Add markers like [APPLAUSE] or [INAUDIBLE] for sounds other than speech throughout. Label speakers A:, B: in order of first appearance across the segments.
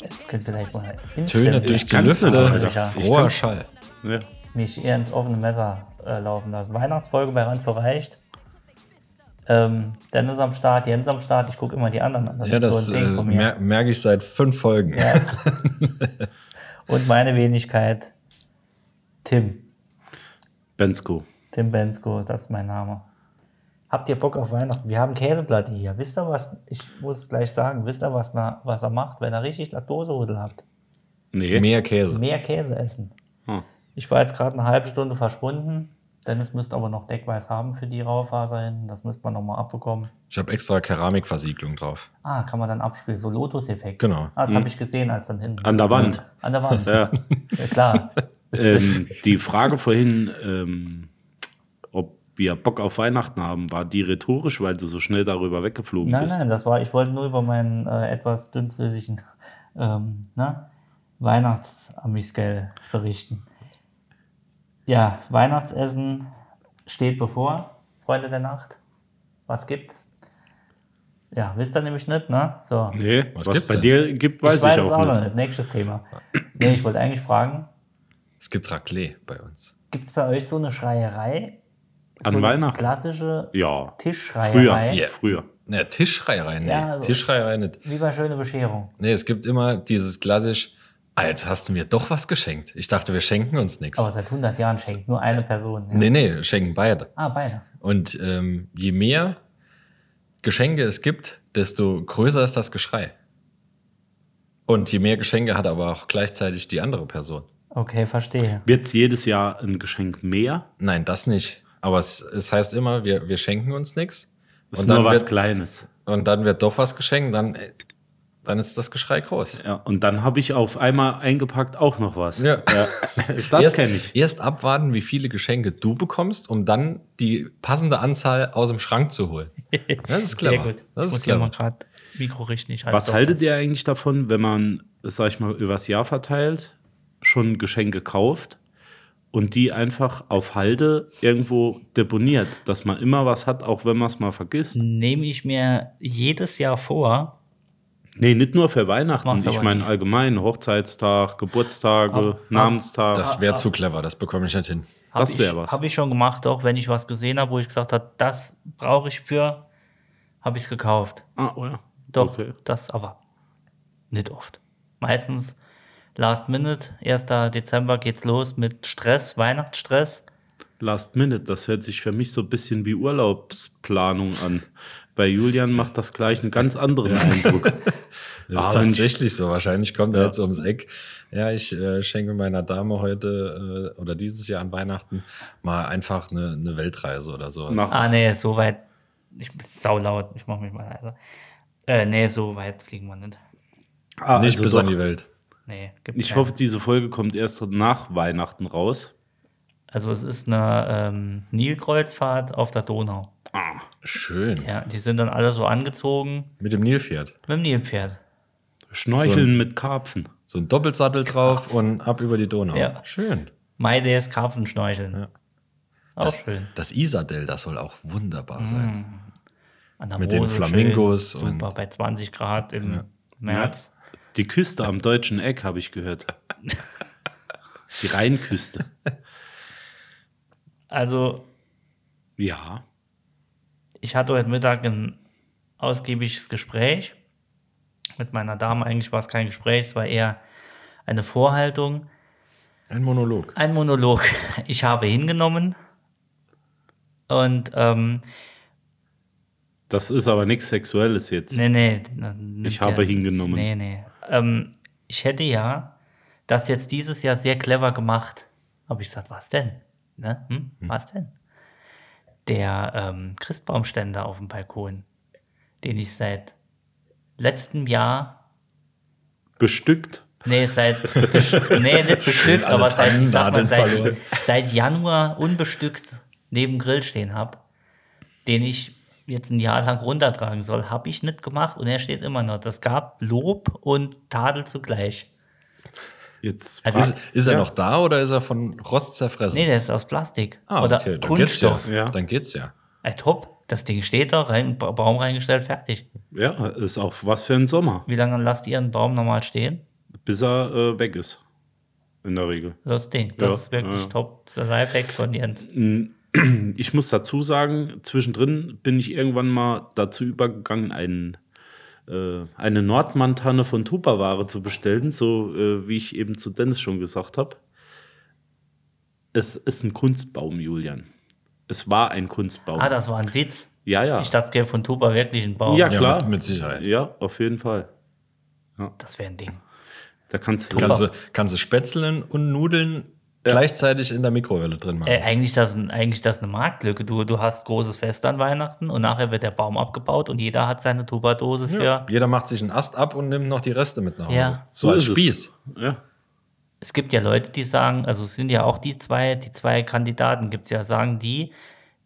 A: Jetzt könnte vielleicht mal
B: Töne
A: hinstimmen.
B: durch die
C: kann's
B: Lüfte.
C: nicht, Alter.
A: Sicher.
C: Ich
B: Roher
C: kann's-
B: Schall.
C: Ja.
A: Nicht eher ins offene Messer äh, laufen lassen. Weihnachtsfolge bei Rand verreicht. Ähm, Dennis am Start, Jens am Start. Ich gucke immer die anderen an.
B: Ja,
A: ist
B: das
A: ein Ding
B: äh,
A: von mir.
B: mer merke ich seit fünf Folgen.
A: Und meine Wenigkeit, Tim.
C: Bensko.
A: Tim Bensko, das ist mein Name. Habt ihr Bock auf Weihnachten? Wir haben Käseplatte hier. Wisst ihr was? Ich muss es gleich sagen. Wisst ihr, was, na, was er macht, wenn er richtig Laktosehudel habt?
C: Nee.
B: Mehr Käse.
A: Mehr Käse essen.
C: Hm.
A: Ich war jetzt gerade eine halbe Stunde verschwunden. Dennis müsste aber noch Deckweiß haben für die Raufaser hinten. Das müsste man nochmal abbekommen.
B: Ich habe extra Keramikversiegelung drauf.
A: Ah, kann man dann abspielen. So Lotus-Effekt.
B: Genau.
A: Ah, das habe ich gesehen, als dann hinten.
C: An der Wand.
A: An der Wand.
C: Ja.
A: ja klar.
C: [LAUGHS] ähm, die Frage vorhin, ähm, ob wir Bock auf Weihnachten haben, war die rhetorisch, weil du so schnell darüber weggeflogen
A: Nein,
C: bist.
A: nein, das war, ich wollte nur über meinen äh, etwas dünnflüssigen [LAUGHS] ähm, ne? Weihnachts-Amiskel berichten. Ja, Weihnachtsessen steht bevor, Freunde der Nacht. Was gibt's? Ja, wisst ihr nämlich nicht, ne? So.
C: Nee,
B: Was
C: was,
B: gibt's
C: bei
B: denn?
C: dir gibt, weiß ich,
A: es
C: auch nicht.
A: Nächstes Thema. Nee, ich wollte eigentlich fragen,
B: Es gibt Raclette bei uns.
A: gibt's bei euch so eine Schreierei?
C: An
A: so eine
C: Weihnachten?
A: Klassische
C: Ja. Früher,
A: Tischschreierei?
B: Ja.
C: yeah. früher.
B: Ne, Tischschreierei, nee.
A: Ja, also-
B: Tischschreierei nicht.
A: Wie bei Schöne Bescherung.
B: Nee, es gibt immer dieses klassisch, ah, jetzt hast du mir doch was geschenkt. Ich dachte, wir schenken uns nichts.
A: Aber seit 100 Jahren schenkt nur eine Person. Ja.
B: Nee, nee, schenken beide.
A: Ah, beide.
B: Und ähm, je mehr Geschenke es gibt, desto größer ist das Geschrei. Und je mehr Geschenke hat aber auch gleichzeitig die andere Person.
A: Okay, verstehe.
C: Wird jedes Jahr ein Geschenk mehr?
B: Nein, das nicht. Aber es, es heißt immer, wir, wir schenken uns nichts.
C: Ist
B: Und
C: nur
B: dann,
C: was
B: wird,
C: Kleines.
B: und dann wird doch was geschenkt, dann, äh, dann ist das Geschrei groß.
C: Ja, und dann habe ich auf einmal eingepackt auch noch was.
B: Ja.
C: Das
B: erst,
C: kenne ich.
B: Erst abwarten, wie viele Geschenke du bekommst, um dann die passende Anzahl aus dem Schrank zu
C: [LAUGHS]
B: holen. Das ist clever. Das ist
A: muss hier mal
B: clever.
A: gerade Mikro richten. Ich halte
C: Was
A: doch.
C: haltet ihr eigentlich davon, wenn man, sag ich mal, übers Jahr verteilt, schon Geschenke kauft und die einfach auf Halde irgendwo deponiert, dass man immer was hat, auch wenn man es mal
A: Mhm.
C: vergisst?
A: Nehme ich mir jedes Jahr vor,
C: Nee, nicht nur für Weihnachten,
A: Mach's aber
C: ich meine
A: nie.
C: allgemein, Hochzeitstag, Geburtstage, Namenstag.
B: Das wäre zu clever, das bekomme ich nicht hin.
A: habe
C: Das wär
A: ich,
C: was.
A: hab ich schon gemacht, auch wenn ich was gesehen habe, wo ich gesagt habe, das brauche ich für, habe ich es gekauft.
C: ah, oh ja.
A: Doch,
C: Okay.
A: das aber nicht oft. Meistens Last Minute, 1. Dezember geht's los mit Stress, Weihnachtsstress.
C: Last Minute, das hört sich für mich so ein bisschen wie Urlaubsplanung an. Bei Julian macht das gleich einen ganz anderen Eindruck.
B: Das ist
C: Ah, wenn ich-
B: tatsächlich so. Wahrscheinlich kommt er jetzt ums Eck. Ja, ich äh, schenke meiner Dame heute äh, oder dieses Jahr an Weihnachten mal einfach eine, eine Weltreise oder sowas.
C: Nach-
A: Ah, nee, so weit. Ich bin saulaut, ich mache mich mal leiser. Äh, nee, so weit fliegen wir nicht.
C: Ah,
B: Nicht
C: also
B: bis
C: doch.
B: an die Welt.
A: Nee, gibt
C: Ich
A: keinen.
C: hoffe, diese Folge kommt erst nach Weihnachten raus.
A: Also es ist eine ähm, Nilkreuzfahrt auf der Donau.
B: Schön.
A: Ja, die sind dann alle so angezogen
B: Mit dem Nilpferd.
A: mit dem Nilpferd.
C: Schnorcheln
B: So.
C: mit Karpfen.
B: So ein Doppelsattel drauf und ab über die Donau.
A: Ja.
B: Schön.
A: Mai des Karpfenschnorcheln. Auch schön. Mhm.
B: Das Isadell, das soll auch wunderbar sein.
A: An der
B: mit den
A: Mosel schön.
B: Flamingos
A: Super,
B: und-
A: bei 20 Grad im März.
C: Die Küste am deutschen Eck, habe ich gehört. Die Rheinküste.
A: Also
C: Ja.
A: ich hatte heute Mittag ein ausgiebiges Gespräch mit meiner Dame. Eigentlich war es kein Gespräch, es war eher eine Vorhaltung.
B: Ein Monolog.
A: Ein Monolog. [LAUGHS] Ich habe hingenommen und ähm,
C: Das ist aber nichts Sexuelles jetzt.
A: Nee, nee. na, nimmt
C: Ich habe
A: ja-
C: hingenommen.
A: Nee, nee. Ähm, ich hätte ja das jetzt dieses Jahr sehr clever gemacht. Aber ich gesagt, was denn? Ne? Hm? Was denn? Der ähm, Christbaumständer auf dem Balkon, den ich seit letztem Jahr
C: Bestückt.
A: Nee, seit
B: [LAUGHS]
A: best- nee, nicht bestückt,
B: alle
A: aber seit, ich sag mal,
B: Tannennadeln
A: seit,
B: verloren.
A: seit Januar unbestückt neben Grill stehen habe, den ich jetzt ein Jahr lang runtertragen soll, habe ich nicht gemacht und er steht immer noch. Das gab Lob und Tadel zugleich.
C: Jetzt
A: Also
B: Ist,
C: frag-
B: ist er
C: Ja.
B: noch da oder ist er von Rost zerfressen?
A: Nee, der ist aus Plastik
B: ah,
A: oder
B: okay, dann geht's ja.
A: Kunststoff.
C: Ja.
B: Dann geht's ja.
A: Ey, top, das Ding steht da, rein, Ba- Baum reingestellt, fertig.
C: Ja, ist auch was für ein Sommer,
A: Wie lange lasst ihr einen Baum normal stehen?
C: bis er äh, weg ist. In der Regel.
A: Das Ding, das
C: Ja,
A: ist wirklich
C: ja, ja.
A: top. Das ist ein Lifehack von Jens.
C: [CLEARS THROAT] Ich muss dazu sagen, zwischendrin bin ich irgendwann mal dazu übergegangen, einen, äh, eine Nordmantanne von Tupperware zu bestellen, so äh, wie ich eben zu Dennis schon gesagt habe. Es ist ein Kunstbaum, Julian. Es war ein Kunstbaum.
A: Ah, das war ein Witz.
C: ja, ja.
A: Ich dachte, es gäbe von Tuba wirklich einen Baum.
C: Ja,
B: Ah. Ja,
C: klar.
B: Mit, mit Sicherheit.
C: ja, auf jeden Fall.
A: Das wäre ein Ding.
C: Da kannst du.
B: Kannst du, kannst du Spätzeln und Nudeln gleichzeitig in der Mikrowelle drin machen.
A: Äh, eigentlich, das, ist ein- eigentlich das ist eine Marktlücke. Du, du hast großes Fest an Weihnachten und nachher wird der Baum abgebaut und jeder hat seine Tuba-Dose für.
B: Jeder macht sich einen Ast ab und nimmt noch die Reste mit nach Hause.
A: Ja.
B: So als
C: ist es.
B: Spieß.
C: Ja.
A: Es gibt ja Leute, die sagen, also es sind ja auch die zwei, die zwei Kandidaten gibt es ja, sagen die,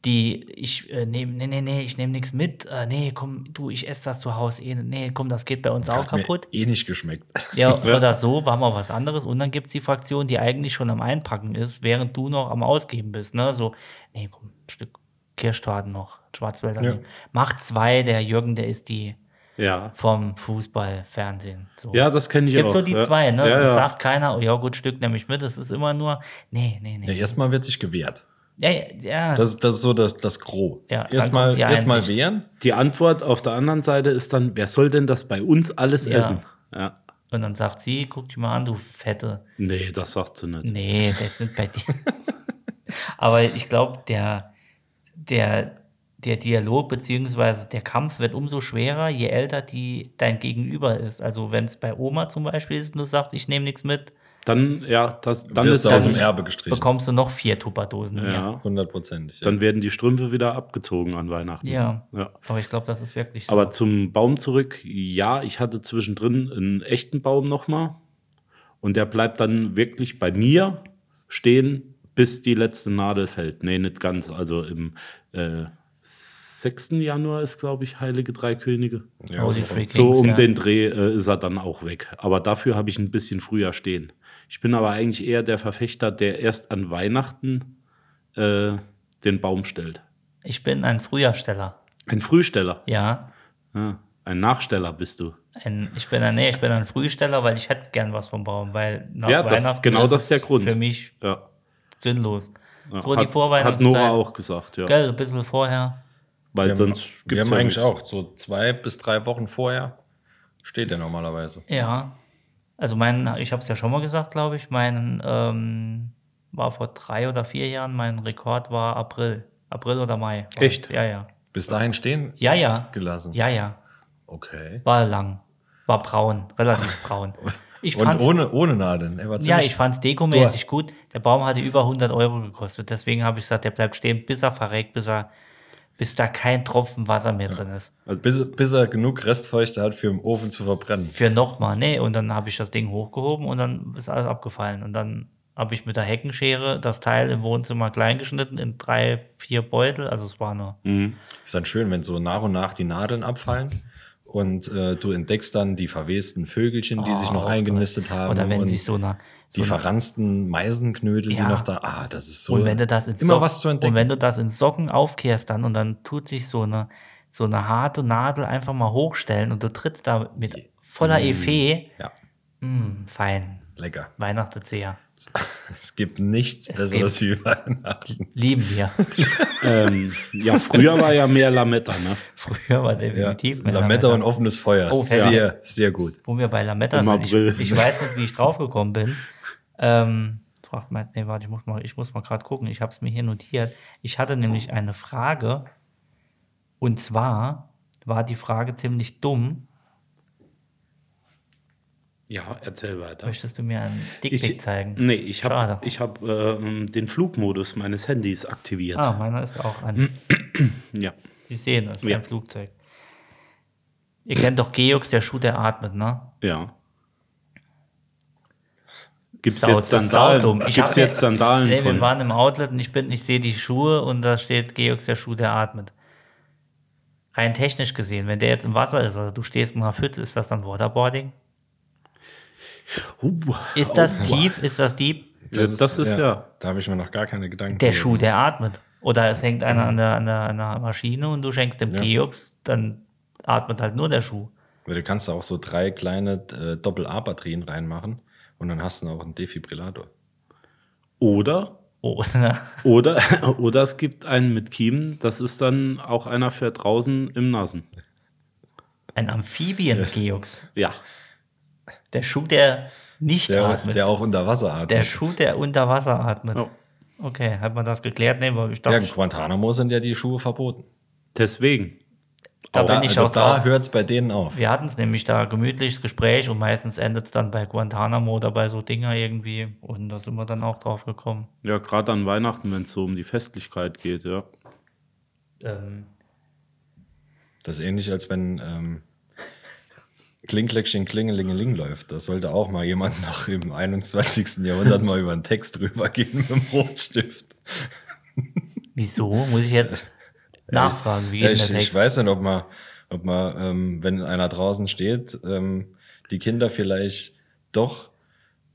A: die, ich äh, nehme, nee, nee, nee, ich nehme nichts mit, äh, nee, komm, du, ich esse das zu Hause, eh, nee, komm, das geht bei uns auch
B: Hat mir
A: kaputt.
B: eh nicht geschmeckt. [LAUGHS]
A: Ja,
C: [LAUGHS]
A: oder so, war mal was anderes. Und dann gibt es die Fraktion, die eigentlich schon am Einpacken ist, während du noch am Ausgeben bist. Ne? So, nee, komm, ein Stück Kirschtorten noch, Schwarzwälder.
B: Ja.
A: nehmen. Macht zwei, der Jürgen, der ist die
C: Ja.
A: vom Fußballfernsehen. So.
C: Ja, das kenne ich
A: Gibt
C: auch.
A: so die
C: ja.
A: zwei, ne?
C: Ja,
A: Das
C: ja.
A: sagt keiner, oh ja, gut, Stück nehme ich mit. Das ist immer nur, nee, nee,
B: Ja,
A: nee.
B: erstmal wird sich gewehrt.
A: Ja, ja, ja.
B: Das, das ist so das, das Gros.
A: Ja, dann kommt
B: erstmal
A: die
B: erstmal
A: Einsicht.
B: wehren.
C: Die Antwort auf der anderen Seite ist dann, wer soll denn das bei uns alles
A: Ja.
C: essen? Ja.
A: Und dann sagt sie, guck dich mal an, du Fette.
C: Nee, das sagt sie nicht.
A: Nee, der ist nicht bei dir. [LAUGHS] Aber ich glaube, der, der, der Dialog beziehungsweise der Kampf wird umso schwerer, je älter die dein Gegenüber ist. Also wenn es bei Oma zum Beispiel ist und du sagst, ich nehme nichts mit,
C: Dann, ja, das, dann
B: Wirst
C: ist
B: du aus
C: das,
B: dem Erbe gestrichen.
A: bekommst du noch vier Tupperdosen mehr.
C: ja,
B: Hundertprozentig. Ja.
C: dann werden die Strümpfe wieder abgezogen an Weihnachten.
A: Ja.
C: ja.
A: Aber ich glaube, das ist wirklich so.
C: Aber zum Baum zurück, ja, ich hatte zwischendrin einen echten Baum nochmal. Und der bleibt dann wirklich bei mir stehen, bis die letzte Nadel fällt. Nee, nicht ganz. Also im äh, 6. Januar ist, glaube ich, Heilige Drei Könige.
B: Ja,
A: Holy
B: so.
A: Three
C: So
A: Kings,
C: um
A: ja.
C: den Dreh äh, ist er dann auch weg. Aber dafür habe ich ein bisschen früher stehen. Ich bin aber eigentlich eher der Verfechter, der erst an Weihnachten äh, den Baum stellt.
A: Ich bin ein Frühersteller.
C: Ein Frühsteller.
A: Ja.
C: Ja, ein Nachsteller bist du.
A: Ein, ich bin ein, nee, ich bin ein Frühsteller, weil ich hätte gern was vom Baum, weil nach
C: Ja, das- genau das ist der
A: es
C: Grund.
A: Für mich
C: Ja.
A: sinnlos.
C: Ja,
A: So die
C: hat, hat
A: Vorweihnachtszeit.
C: Nora auch gesagt, ja.
A: Gell, ein bisschen vorher.
C: Weil
B: Wir haben,
C: halt, sonst
B: wir
C: gibt's
B: haben
C: ja
B: eigentlich
C: nichts.
B: auch so zwei bis drei Wochen vorher steht der normalerweise.
A: Ja. Also mein, ich habe es ja schon mal gesagt, glaube ich, mein ähm, war vor drei oder vier Jahren, mein Rekord war April. April oder Mai. war
C: Echt?
A: es. Ja, ja.
B: Bis dahin stehen
A: Ja, ja.
B: gelassen.
A: Ja, ja.
B: Okay.
A: War lang. War braun, relativ
B: [LAUGHS]
A: braun. Ich
B: Und
A: fand's
B: ohne, ohne Nadeln. Er
A: [LAUGHS]
B: war
A: Ja,
B: ziemlich-
A: ich fand's dekomäßig gut. Der Baum hatte über 100 Euro gekostet. Deswegen habe ich gesagt, der bleibt stehen, bis er verreckt, bis, er, bis da kein Tropfen Wasser mehr drin ist.
C: Also
B: bis, bis er genug Restfeuchte hat, für im Ofen zu verbrennen.
A: Für nochmal, nee. Und dann habe ich das Ding hochgehoben und dann ist alles abgefallen. Und dann habe ich mit der Heckenschere das Teil im Wohnzimmer klein geschnitten in drei, vier Beutel. Also es war nur.
B: Ist dann schön, wenn so nach und nach die Nadeln abfallen und äh, du entdeckst dann die verwesten Vögelchen, die sich noch eingenistet haben
A: Oh, Oder wenn
B: und
A: sich so eine.
B: die verransten Meisenknödel,
A: Ja.
B: die noch da. Ah, das ist so.
A: Und wenn du das in
B: immer
A: Socken-
B: was zu
A: Und
B: entdecken.
A: wenn du das in Socken aufkehrst dann und dann tut sich so eine, so eine harte Nadel einfach mal hochstellen und du trittst da mit voller Effet.
B: ja,
A: Mm, fein.
B: lecker. [LAUGHS]
A: Weihnachten sehr.
B: Es gibt nichts Besseres wie Weihnachten.
A: Lieben
B: [LAUGHS]
A: wir.
C: Ähm, ja, früher war ja mehr Lametta, ne?
A: Früher war definitiv mehr
B: Lametta und offenes Feuer.
A: Oh,
B: sehr,
A: ja.
B: sehr gut.
A: Wo wir bei Lametta
C: Im
A: sind. Ich,
C: April.
A: ich weiß nicht, wie ich draufgekommen bin.
C: [LAUGHS]
A: Ähm, fragt mal, nee, warte, ich muss mal, ich muss mal gerade gucken. Ich habe es mir hier notiert. Ich hatte nämlich eine Frage. Und zwar war die Frage ziemlich dumm.
C: Ja, erzähl weiter.
A: Möchtest du mir einen Dickpick zeigen?
C: Nee, ich
A: Schade.
C: habe hab, ähm, den Flugmodus meines Handys aktiviert.
A: Ah, meiner ist auch ein.
C: Ja.
A: Sie sehen es,
C: Hm. Ja.
A: ein Flugzeug. Ihr kennt doch Geox, der Schuh, der atmet, ne?
C: Ja. Gibt's
A: Sau-
C: jetzt
A: das ist
C: Sandalen?
A: saudumm. Ich
C: Gibt's
A: hab-
C: jetzt Sandalen
A: Nee, wir
C: von?
A: waren im Outlet und ich bin, ich sehe die Schuhe und da steht Georgs der Schuh, der atmet. Rein technisch gesehen, wenn der jetzt im Wasser ist oder du stehst in einer Pfütze, ist das dann Waterboarding?
C: Uh,
A: Ist das
C: oh,
A: tief? Ist das deep?
C: das ist ja-
B: Da habe ich mir noch gar keine Gedanken
A: Der
B: gemacht.
A: Schuh, der atmet. Oder es hängt einer an
C: Mhm.
A: der, an der, an der Maschine und du schenkst dem
B: Ja.
A: Georgs, dann atmet halt nur der Schuh.
B: Weil Du kannst da auch so drei kleine äh, Doppel-A-Batterien reinmachen und dann hast du auch einen Defibrillator.
C: Oder,
A: Oh, [LAUGHS]
C: oder, [LAUGHS] oder es gibt einen mit Kiemen, das ist dann auch einer für draußen im Nasen.
A: ein Amphibien-Georgs.
C: Ja.
A: Der Schuh, der nicht
B: Der,
A: atmet.
B: der auch unter Wasser atmet.
A: Der Schuh, der unter Wasser atmet.
C: Ja.
A: Okay, hat man das geklärt? Nee, weil ich
B: ja,
A: dachte,
B: in Guantanamo sind ja die Schuhe verboten.
C: Deswegen.
A: da
B: Da,
A: bin ich
B: also
A: auch drauf.
B: da hört es bei denen auf.
A: Wir hatten es nämlich da gemütliches Gespräch und meistens endet es dann bei Guantanamo oder bei so Dinger irgendwie. Und da sind wir dann auch drauf gekommen.
C: Ja, gerade an Weihnachten, wenn es so um die Festlichkeit geht, ja.
A: Ähm,
B: Das ist ähnlich, als wenn ähm, Klinkleckchen Klingelingeling läuft. Da sollte auch mal jemand [LAUGHS] noch im 21. Jahrhundert mal über einen Text drüber gehen mit dem Rotstift.
A: wieso? Muss ich
B: [LAUGHS]
A: jetzt nachfragen, wie
B: Ja,
A: geht denn
B: ich,
A: der
B: ich
A: Text?
B: weiß nicht, ob man, ob man ähm, wenn einer draußen steht, ähm, die Kinder vielleicht doch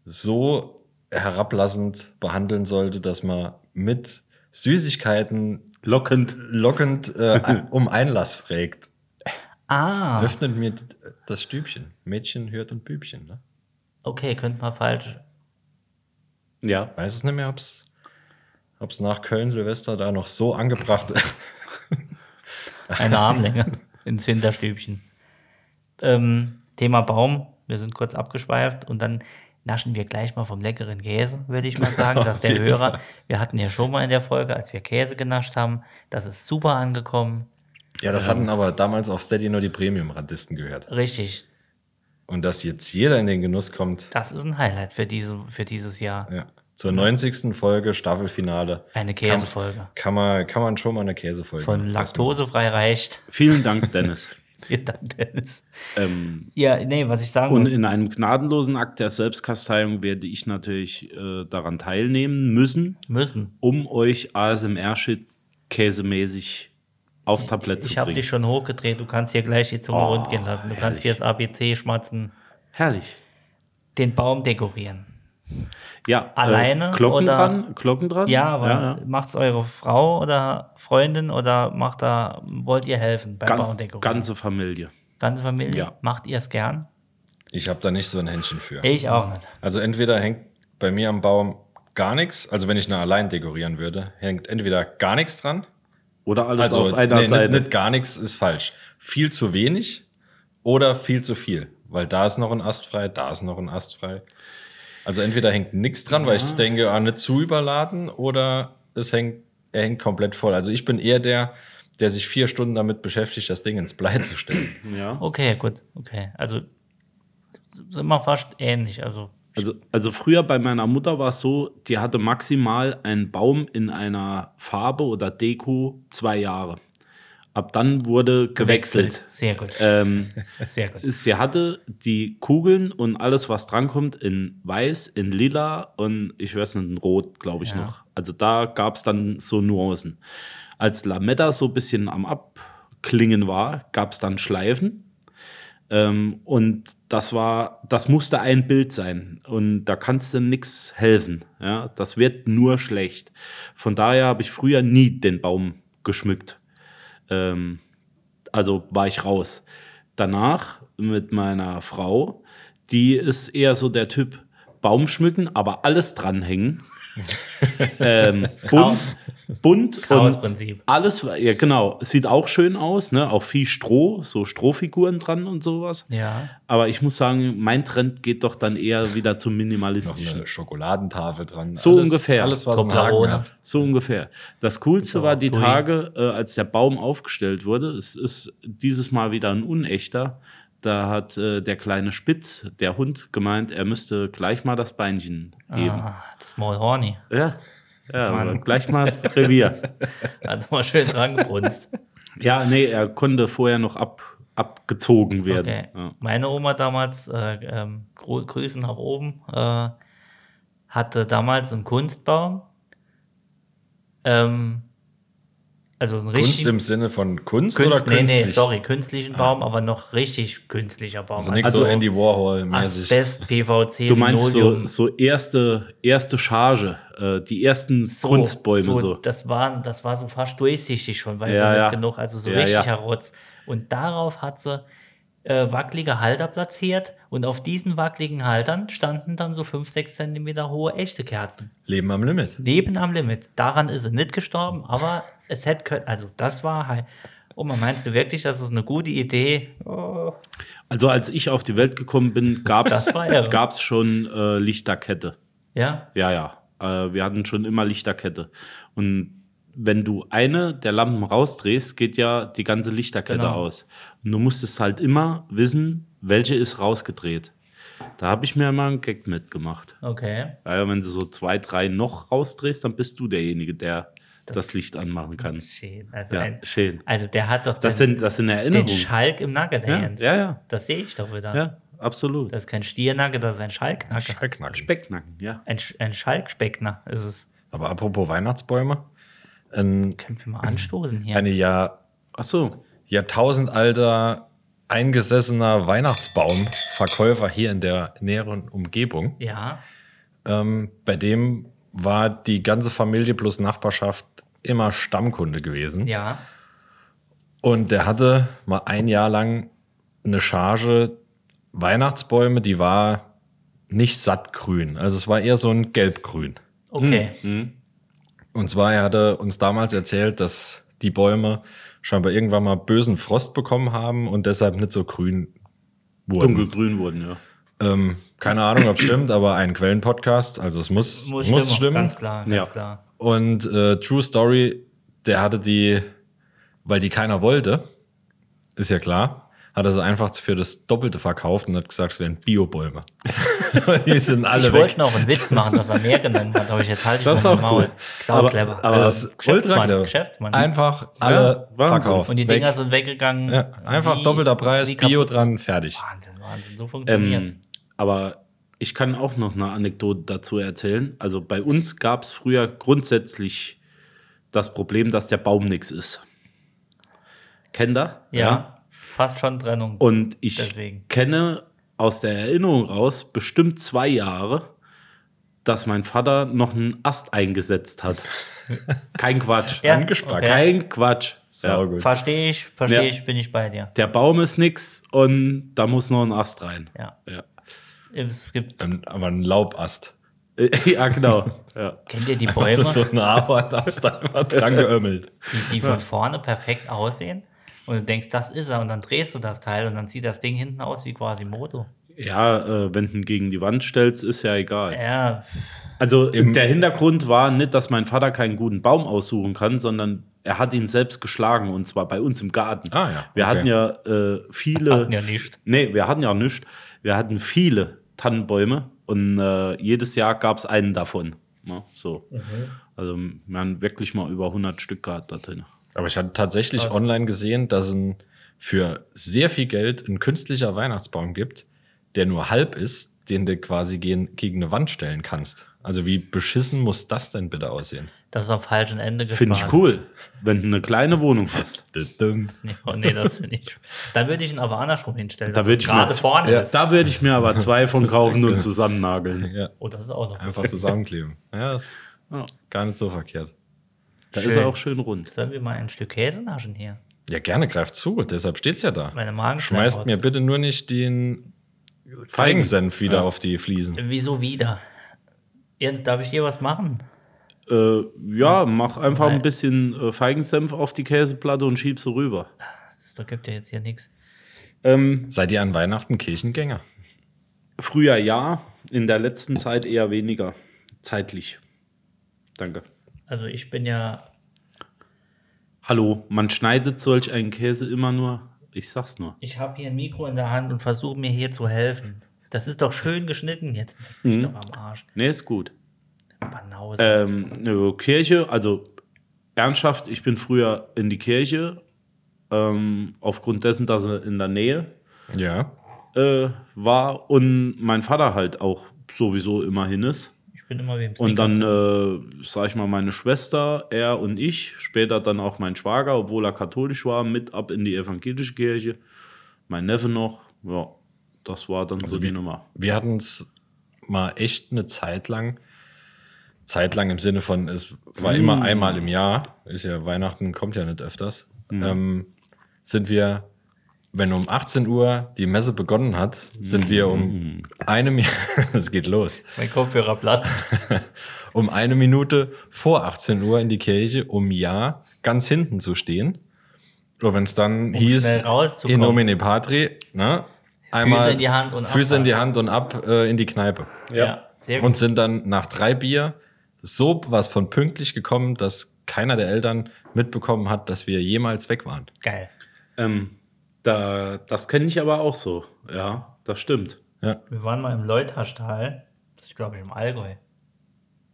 B: so herablassend behandeln sollte, dass man mit Süßigkeiten
C: Lockend.
B: lockend
A: [LAUGHS]
B: äh, um Einlass fragt.
A: Ah,
B: Öffnet mir das Stübchen. Mädchen hört und Bübchen. Ne?
A: okay, könnte man falsch.
C: Ja.
B: Weiß es nicht mehr, ob es ob's nach Köln Silvester da noch so angebracht ist.
A: Eine Armlänge [LAUGHS] ins Hinterstübchen. Ähm, Thema Baum. Wir sind kurz abgeschweift und dann naschen wir gleich mal vom leckeren Käse, würde ich mal sagen, dass der Hörer, wir hatten ja schon mal in der Folge, als wir Käse genascht haben, das ist super angekommen.
B: [LAUGHS] Ja, das hatten aber damals auf Steady nur die Premium-Radisten gehört.
A: Richtig,
B: Und dass jetzt jeder in den Genuss kommt,
A: das ist ein Highlight für, diese, für dieses Jahr.
B: Ja. Zur 90. Folge, Staffelfinale.
A: Eine Käsefolge.
B: Kann, kann, man, kann man schon mal eine Käsefolge
A: Von
B: machen.
A: laktosefrei reicht. [LAUGHS]
C: Vielen Dank, Dennis.
A: Vielen Dank, Dennis.
C: ähm,
A: Ja, nee, was ich sagen
C: und
A: wollte.
C: in einem gnadenlosen Akt der Selbstkasteiung werde ich natürlich äh, daran teilnehmen müssen,
A: Müssen.
C: um euch ASMR-Shit käsemäßig aufs Tablett
A: Ich
C: zu
A: habe
C: bringen.
A: dich schon hochgedreht, du kannst hier gleich die Zunge rund gehen lassen. Du kannst
C: herrlich.
A: hier das ABC schmatzen.
C: Herrlich.
A: den Baum dekorieren.
C: Ja, äh,
A: Alleine
C: Glocken
A: oder-
C: dran, Glocken dran.
A: Ja, aber
C: ja, ja.
A: macht's eure Frau oder Freundin oder macht da, wollt ihr helfen beim Baum
C: Gan
A: dekorieren?
C: ganze Familie.
A: Ganze Familie?
C: Ja.
A: Macht ihr es gern?
B: Ich habe da nicht so ein Händchen für.
A: Ich auch nicht.
B: Also entweder hängt bei mir am Baum gar nichts, also wenn ich nur allein dekorieren würde, hängt entweder gar nichts dran.
C: Oder alles
B: also
C: auf einer
B: nee,
C: Seite.
B: Nicht, nicht gar nichts ist falsch. Viel zu wenig oder viel zu viel. Weil da ist noch ein Ast frei, da ist noch ein Ast frei. Also entweder hängt nichts dran, weil ich denke, ah, nicht zu überladen, oder es hängt, er hängt komplett voll. Also ich bin eher der, der sich vier Stunden damit beschäftigt, das Ding ins Blei zu stellen.
C: [LAUGHS] ja.
A: Okay, gut. Okay. Also sind wir fast ähnlich. Also
C: Also, also früher bei meiner Mutter war es so, die hatte maximal einen Baum in einer Farbe oder Deko zwei Jahre. Ab dann wurde gewechselt.
A: Sehr gut.
C: Ähm,
A: [LAUGHS] Sehr gut.
C: sie hatte die Kugeln und alles, was drankommt, in weiß, in lila und ich weiß nicht, in rot, glaube ich
A: Ja.
C: noch. Also da gab es dann so Nuancen. Als Lametta so ein bisschen am Abklingen war, gab es dann Schleifen. Ähm, und das war, das musste ein Bild sein. Und da kannst du nichts helfen. Ja? Das wird nur schlecht. Von daher habe ich früher nie den Baum geschmückt. Ähm, also war ich raus. Danach mit meiner Frau, die ist eher so der Typ Baum schmücken, aber alles dranhängen.
A: [LAUGHS]
C: ähm, bunt, bunt
A: Chaos
C: und
A: Prinzip.
C: alles, ja genau, sieht auch schön aus, ne? Auch viel Stroh, so Strohfiguren dran und sowas.
A: Ja.
C: Aber ich muss sagen, mein Trend geht doch dann eher wieder zum
B: noch
C: Minimalistischen.
B: eine Schokoladentafel dran.
C: So ungefähr.
B: Alles, was einen Haken
A: Toblerone.
B: hat.
C: So ungefähr. Das Coolste
A: Ist
C: war
A: auch
C: die
A: grün.
C: Tage, äh, als der Baum aufgestellt wurde. Es ist dieses Mal wieder ein unechter. Da hat äh, der kleine Spitz, der Hund, gemeint, er müsste gleich mal das Beinchen heben.
A: Ah, small Horny.
C: Ja, ja
A: Mann.
C: aber gleich mal das Revier.
A: [LAUGHS] Hat mal schön dran gebrunst.
C: ja, nee, er konnte vorher noch ab, abgezogen werden.
A: Okay.
C: Ja.
A: Meine Oma damals, äh, ähm, Gru- Grüße nach oben, äh, hatte damals einen Kunstbaum. Ähm, also einen
B: Kunst
A: richtigen
B: im Sinne von Kunst
A: Künst-
B: oder künstlich? Ah.
A: Nee, nee, sorry, künstlichen Baum, aber noch richtig künstlicher Baum.
B: Also nicht so Andy Warhol-mäßig.
A: Asbest, PVC,
C: Du meinst so,
A: Linoleum.
C: so erste, erste Charge, äh, die ersten Kunstbäume so.
A: Das, waren, das war so fast durchsichtig schon, weil
C: Ja,
A: damit
C: ja.
A: genug, also so
C: Ja,
A: richtiger
C: ja.
A: Rotz. Und darauf hat sie äh, wackelige Halter platziert und auf diesen wackeligen Haltern standen dann so 5, 6 Zentimeter hohe echte Kerzen.
B: Leben am Limit.
A: Leben am Limit. Daran ist sie nicht gestorben, aber es hätte können, also das war halt. Oh, man meinst du wirklich, das ist eine gute Idee?
C: Also als ich auf die Welt
A: [LAUGHS]
C: gekommen bin, gab es
A: Das war irre.
C: gab's schon äh, Lichterkette.
A: Ja,
C: Ja, ja. Äh, wir hatten schon immer Lichterkette. Und wenn du eine der Lampen rausdrehst, geht ja die ganze Lichterkette
A: Genau.
C: aus. Und du musstest halt immer wissen, welche ist rausgedreht. Da habe ich mir mal einen Gag mitgemacht.
A: okay.
C: Ja, wenn du so zwei, drei noch rausdrehst, dann bist du derjenige, der das, Licht anmachen kann.
A: Schön. Also,
C: Ja,
A: ein,
C: schön.
A: also der hat doch
C: Das
A: den,
C: sind, das sind
A: den
C: Erinnerungen.
A: Schalk im Nacken, der
C: Ja,
A: Jens.
C: ja, ja.
A: Das sehe ich doch wieder.
C: Ja, absolut.
A: Das ist kein Stiernacke, das ist ein Schalknacke.
B: Schallknacken.
C: Specknacken, ja.
A: Ein, Sch- ein Schalkspeckner ist es.
B: Aber apropos Weihnachtsbäume, ein,
A: Können wir mal anstoßen hier?
B: eine Jahr,
C: Ach so.
B: jahrtausendalter eingesessener Weihnachtsbaumverkäufer hier in der näheren Umgebung,
A: ja,
B: ähm, bei dem war die ganze Familie plus Nachbarschaft immer Stammkunde gewesen.
A: ja.
B: Und der hatte mal ein Jahr lang eine Charge Weihnachtsbäume, die war nicht sattgrün. Also es war eher so ein gelbgrün.
A: Okay.
B: Hm. Und zwar, er hatte uns damals erzählt, dass die Bäume scheinbar irgendwann mal bösen Frost bekommen haben und deshalb nicht so grün wurden.
C: Dunkelgrün wurden, ja.
B: Ähm, keine Ahnung, ob stimmt, aber ein Quellenpodcast, also es muss, muss, stimmen.
A: Ganz klar, ganz
C: Ja.
A: klar.
B: Und äh, True Story, der hatte die, weil die keiner wollte, ist ja klar, hat er sie einfach für das Doppelte verkauft und hat gesagt, es wären Biobäume. [LAUGHS] die sind alle
A: Ich
B: weg.
A: wollte noch einen Witz machen, dass er mehr genannt hat, aber ich jetzt halte ich
C: Das ist
A: mal
C: auch
A: mein Maul.
C: cool.
A: Sau
C: Aber-
A: clever.
C: aber
B: Das ist ultra
A: Geschäftsmann,
B: clever.
A: Geschäftsmann.
B: Einfach alle
C: Wahnsinn.
B: verkauft.
A: Und die
B: weg.
A: Dinger sind weggegangen.
B: Ja, einfach
A: wie-
B: doppelter Preis,
A: wie kaputt.
B: Bio dran, fertig.
A: Wahnsinn, Wahnsinn, so
C: Ähm,
A: funktioniert
C: aber ich kann auch noch eine Anekdote dazu erzählen. Also bei uns gab es früher grundsätzlich das Problem, dass der Baum nichts ist. Kennt ihr?
A: ja, fast schon Trennung.
C: Und ich
A: Deswegen.
C: kenne aus der Erinnerung raus bestimmt zwei Jahre, dass mein Vater noch einen Ast
A: [LAUGHS]
C: eingesetzt hat. Kein Quatsch.
A: Ja,
B: angespackt.
A: Okay.
C: Kein Quatsch.
B: Sau gut.
A: Verstehe ich, verstehe
C: Ja.
A: ich, bin ich bei dir.
C: Der Baum ist nix und da muss noch ein Ast rein.
A: Ja.
C: Ja, [LAUGHS]
A: Es gibt,
B: Ähm, Aber ein Laubast.
C: ja genau. ja.
A: kennt ihr die
B: [LAUGHS] Das
A: Bäume?
B: ist so ein [LAUGHS] Ahornast einfach dran geömmelt.
A: die, die von vorne perfekt aussehen und du denkst, das ist er und dann drehst du das Teil und dann sieht das Ding hinten aus wie Quasimodo.
C: Ja, äh, wenn du ihn gegen die Wand stellst, ist ja egal.
A: Ja,
C: Also der Hintergrund war nicht, dass mein Vater keinen guten Baum aussuchen kann, sondern er hat ihn selbst geschlagen und zwar bei uns im Garten.
B: Ah, ja,
C: Wir
B: okay.
C: hatten ja äh, viele.
A: Hatten ja nicht.
C: Nee, wir hatten ja nicht. Wir hatten viele Tannenbäume und äh, jedes Jahr gab es einen davon. Ja, so.
A: Mhm.
C: Also wir haben wirklich mal über 100 Stück gehabt da drin.
B: Aber ich hatte tatsächlich online gesehen, dass ein für sehr viel Geld ein künstlicher Weihnachtsbaum gibt, der nur halb ist, den du quasi gegen, gegen eine Wand stellen kannst. Also wie beschissen muss das denn bitte aussehen?
A: das ist am falschen Ende gespart.
C: Finde ich cool, wenn du eine kleine Wohnung hast.
B: Dü-düm.
A: Nee, oh nee, das finde ich. Da würde ich ihn aber andersrum hinstellen.
C: Da
A: dass
C: würde
A: es
C: ich mir
A: gerade
C: jetzt-
A: vorne
B: Ja.
A: ist.
C: Da würde ich mir aber
A: [LAUGHS]
C: zwei von kaufen und zusammennageln.
A: Oh, das ist auch noch.
B: Einfach zusammenkleben. Ja, ist
C: Ja.
B: gar nicht so verkehrt.
C: Da
A: Schön.
C: ist er auch schön rund.
A: Sollen wir mal ein Stück Käse naschen hier?
B: Ja, gerne, greift zu. Deshalb steht's ja da.
A: Meine Magen
B: Schmeißt
A: knurrt.
B: mir bitte nur nicht den Feigensenf wieder auf die Fliesen.
A: Wieso wieder? Jens, darf ich dir was machen?
C: Äh, ja, mach einfach
A: Nein.
C: ein bisschen äh, Feigensenf auf die Käseplatte und schieb sie rüber.
A: Das gibt ja jetzt hier nichts.
C: Ähm,
B: Seid ihr an Weihnachten Kirchengänger?
C: früher ja, in der letzten Zeit eher weniger. Zeitlich. Danke.
A: Also ich bin ja,
C: Hallo, man schneidet solch einen Käse immer nur. Ich sag's nur.
A: ich habe hier ein Mikro in der Hand und versuche mir hier zu helfen. Das ist doch schön geschnitten jetzt. Bin ich
C: Mhm.
A: doch am Arsch.
C: Nee, ist gut.
A: Banause.
C: Ähm, nö, Kirche, also ernsthaft, ich bin früher in die Kirche, ähm, aufgrund dessen, dass er in der Nähe
B: Ja.
C: äh, war und mein Vater halt auch sowieso immer hin ist.
A: Ich bin immer wem
C: Und dann, äh, sag ich mal, meine Schwester, er und ich, später dann auch mein Schwager, obwohl er katholisch war, mit ab in die evangelische Kirche. Mein Neffe noch, ja, das war dann so die Nummer.
B: Wir hatten es mal echt eine Zeit lang. Zeit lang im Sinne von, es war immer
A: Mm.
B: einmal im Jahr, ist ja Weihnachten, kommt ja nicht öfters,
A: Mm.
B: ähm, sind wir, wenn um 18 Uhr die Messe begonnen hat, sind wir um
A: Mm.
B: einem Jahr, [LAUGHS] es geht los,
C: äh,
A: mein Kopfhörer platzt.
B: um eine Minute vor 18 Uhr in die Kirche, um ja ganz hinten zu stehen. Und wenn es dann hieß,
A: Um schnell rauszukommen.
B: in nomine patri, ne? Einmal
A: in die Hand und ab.
B: Füße in die Hand und ab äh, in die Kneipe.
A: Ja, sehr gut.
B: Und sind dann nach drei Bier so was von pünktlich gekommen, dass keiner der Eltern mitbekommen hat, dass wir jemals weg waren.
A: Geil.
C: Ähm, da, das kenne ich aber auch so, ja, das stimmt.
A: Wir waren mal im Leutaschtal, das ist glaube ich im Allgäu.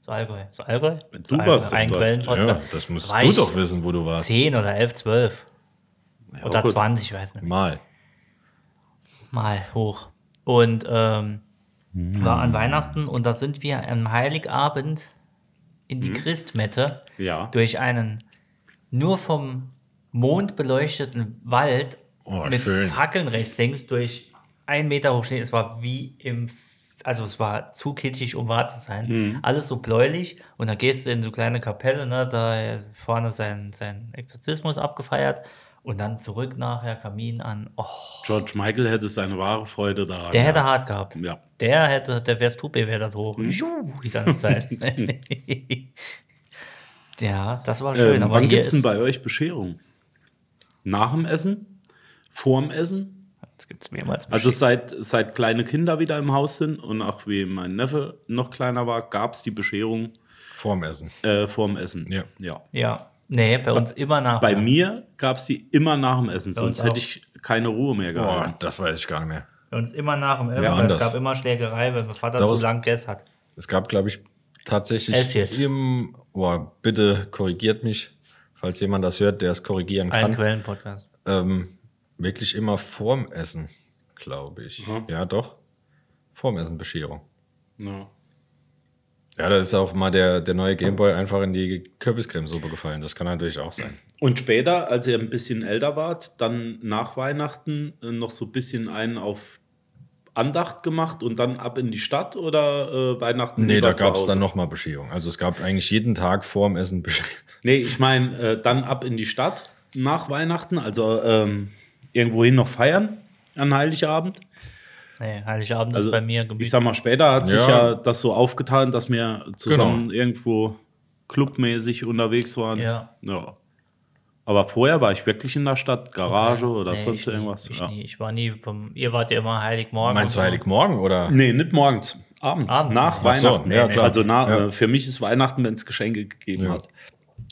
A: So Allgäu, so Allgäu?
C: Du warst
A: ein
C: doch dort.
B: Ja,
A: Quellenpodcast.
B: das musst
A: War
B: du
A: ich
B: doch wissen, wo du warst.
A: 10 oder 11, 12 oder
C: gut.
A: 20, ich weiß nicht.
B: Mal.
A: mal hoch. Und ähm, war
B: Hm.
A: an Weihnachten und da sind wir am Heiligabend in
C: Hm.
A: die Christmette
C: Ja.
A: durch einen nur vom Mond beleuchteten Wald
B: Oh,
A: mit
B: schön.
A: Fackeln rechts links durch einen Meter hoch stehen. Es war wie im, F- also es war zu kitschig, um wahr zu sein.
C: Mhm.
A: Alles so bläulich und dann gehst du in so kleine Kapelle, ne, da vorne sein, sein Exorzismus abgefeiert und dann zurück nachher, Kamin an. Oh,
C: George Michael hätte seine wahre Freude daran.
A: der hätte
C: gehabt.
A: hart gehabt.
C: Ja. Mhm.
A: Der hätte, der wär's Tupi, wäre das hoch. Juhu, die ganze
C: [LAUGHS]
A: Zeit. [LAUGHS] ja, das war schön.
C: Ähm,
A: aber
C: wann
A: hier
C: gibt es denn
A: ist-
C: bei euch Bescherung? Nach dem Essen? Vorm Essen?
A: Das gibt's mehrmals.
C: Also seit, seit kleine Kinder wieder im Haus sind und auch wie mein Neffe noch kleiner war, gab es die Bescherung
B: Vorm Essen.
C: äh, vorm Essen.
B: Ja.
C: ja.
A: ja, nee, bei uns immer nach.
C: Bei mir gab es die immer nach dem Essen,
A: uns
C: sonst
A: auch.
C: hätte ich keine Ruhe mehr
B: Boah,
C: gehabt.
B: das weiß ich gar nicht mehr.
A: Bei uns immer nach dem Essen.
B: Ja,
A: weil es
B: anders.
A: gab immer Schlägerei, weil mein Vater
B: Da
A: zu
B: ist-
A: lang gegessen hat.
B: Es gab, glaube ich,
A: Elf
B: tatsächlich
A: jetzt.
B: im. Boah, bitte korrigiert mich, falls jemand das hört, der es korrigieren
A: Ein
B: kann.
A: Quellenpodcast.
B: Ähm, wirklich immer vorm Essen, glaube ich.
C: Mhm.
B: Ja, doch. Vorm Essen Bescherung.
C: Ja.
B: Ja, da ist auch mal der, der neue Gameboy einfach in die Kürbiscremesuppe gefallen. Das kann natürlich auch sein.
C: Und später, als ihr ein bisschen älter wart, dann nach Weihnachten äh, noch so ein bisschen einen auf Andacht gemacht und dann ab in die Stadt oder äh, Weihnachten?
B: Nee,
C: lieber
B: da
C: zu
B: gab es
C: Hause?
B: dann nochmal Bescherung. Also es gab eigentlich jeden Tag vorm
A: [LAUGHS]
B: Essen Bescherung.
C: Nee, ich meine, äh, dann ab in die Stadt nach Weihnachten, also ähm, irgendwohin noch feiern an Heiligabend.
A: Nee, Heiligabend
C: Also
A: ist bei mir
C: Ich
A: geblieben.
C: sag mal, später hat sich
B: Ja. Genau.
C: ja das so aufgetan, dass wir zusammen irgendwo clubmäßig unterwegs waren.
A: Ja.
C: ja. Aber vorher war ich wirklich in der Stadt, Garage oder sonst
A: ich nie,
C: irgendwas.
A: Ich,
C: ja.
A: nie. ich war nie. Beim, ihr wart ja immer Heiligmorgen.
B: Meinst du
A: und so.
B: Heiligmorgen oder?
C: Nee, nicht morgens. Abends,
A: Abends.
C: nach
B: Ach so,
C: Weihnachten.
B: ja, klar.
C: Also na,
B: Ja.
C: äh, für mich ist Weihnachten, wenn es Geschenke gegeben
B: Ja.
C: hat.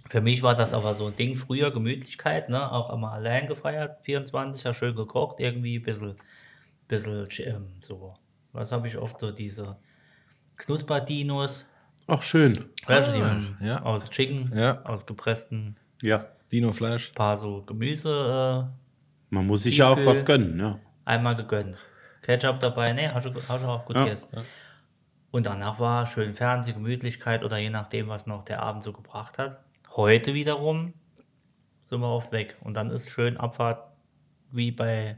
A: Für mich war das aber so ein Ding früher, Gemütlichkeit, ne? auch immer allein gefeiert, 24er, schön gekocht, irgendwie ein bisschen, bisschen ähm, so, was habe ich oft so, diese Knusperdinos,
C: Ach, schön.
A: weißt du,
C: Ah,
A: die man
B: ja.
A: aus Chicken,
B: Ja.
A: aus gepressten,
C: Ja.
B: Dino-Fleisch?
A: paar so Gemüse
C: Man muss sich ja auch
A: Tiefkühl.
C: was gönnen, ja.
A: äh, einmal gegönnt. Ketchup dabei, ne, hast du, hast du auch gut
C: Ja.
A: gegessen. Und danach war schön Fernseh, Gemütlichkeit oder je nachdem, was noch der Abend so gebracht hat. Heute wiederum sind wir oft weg. Und dann ist schön Abfahrt wie bei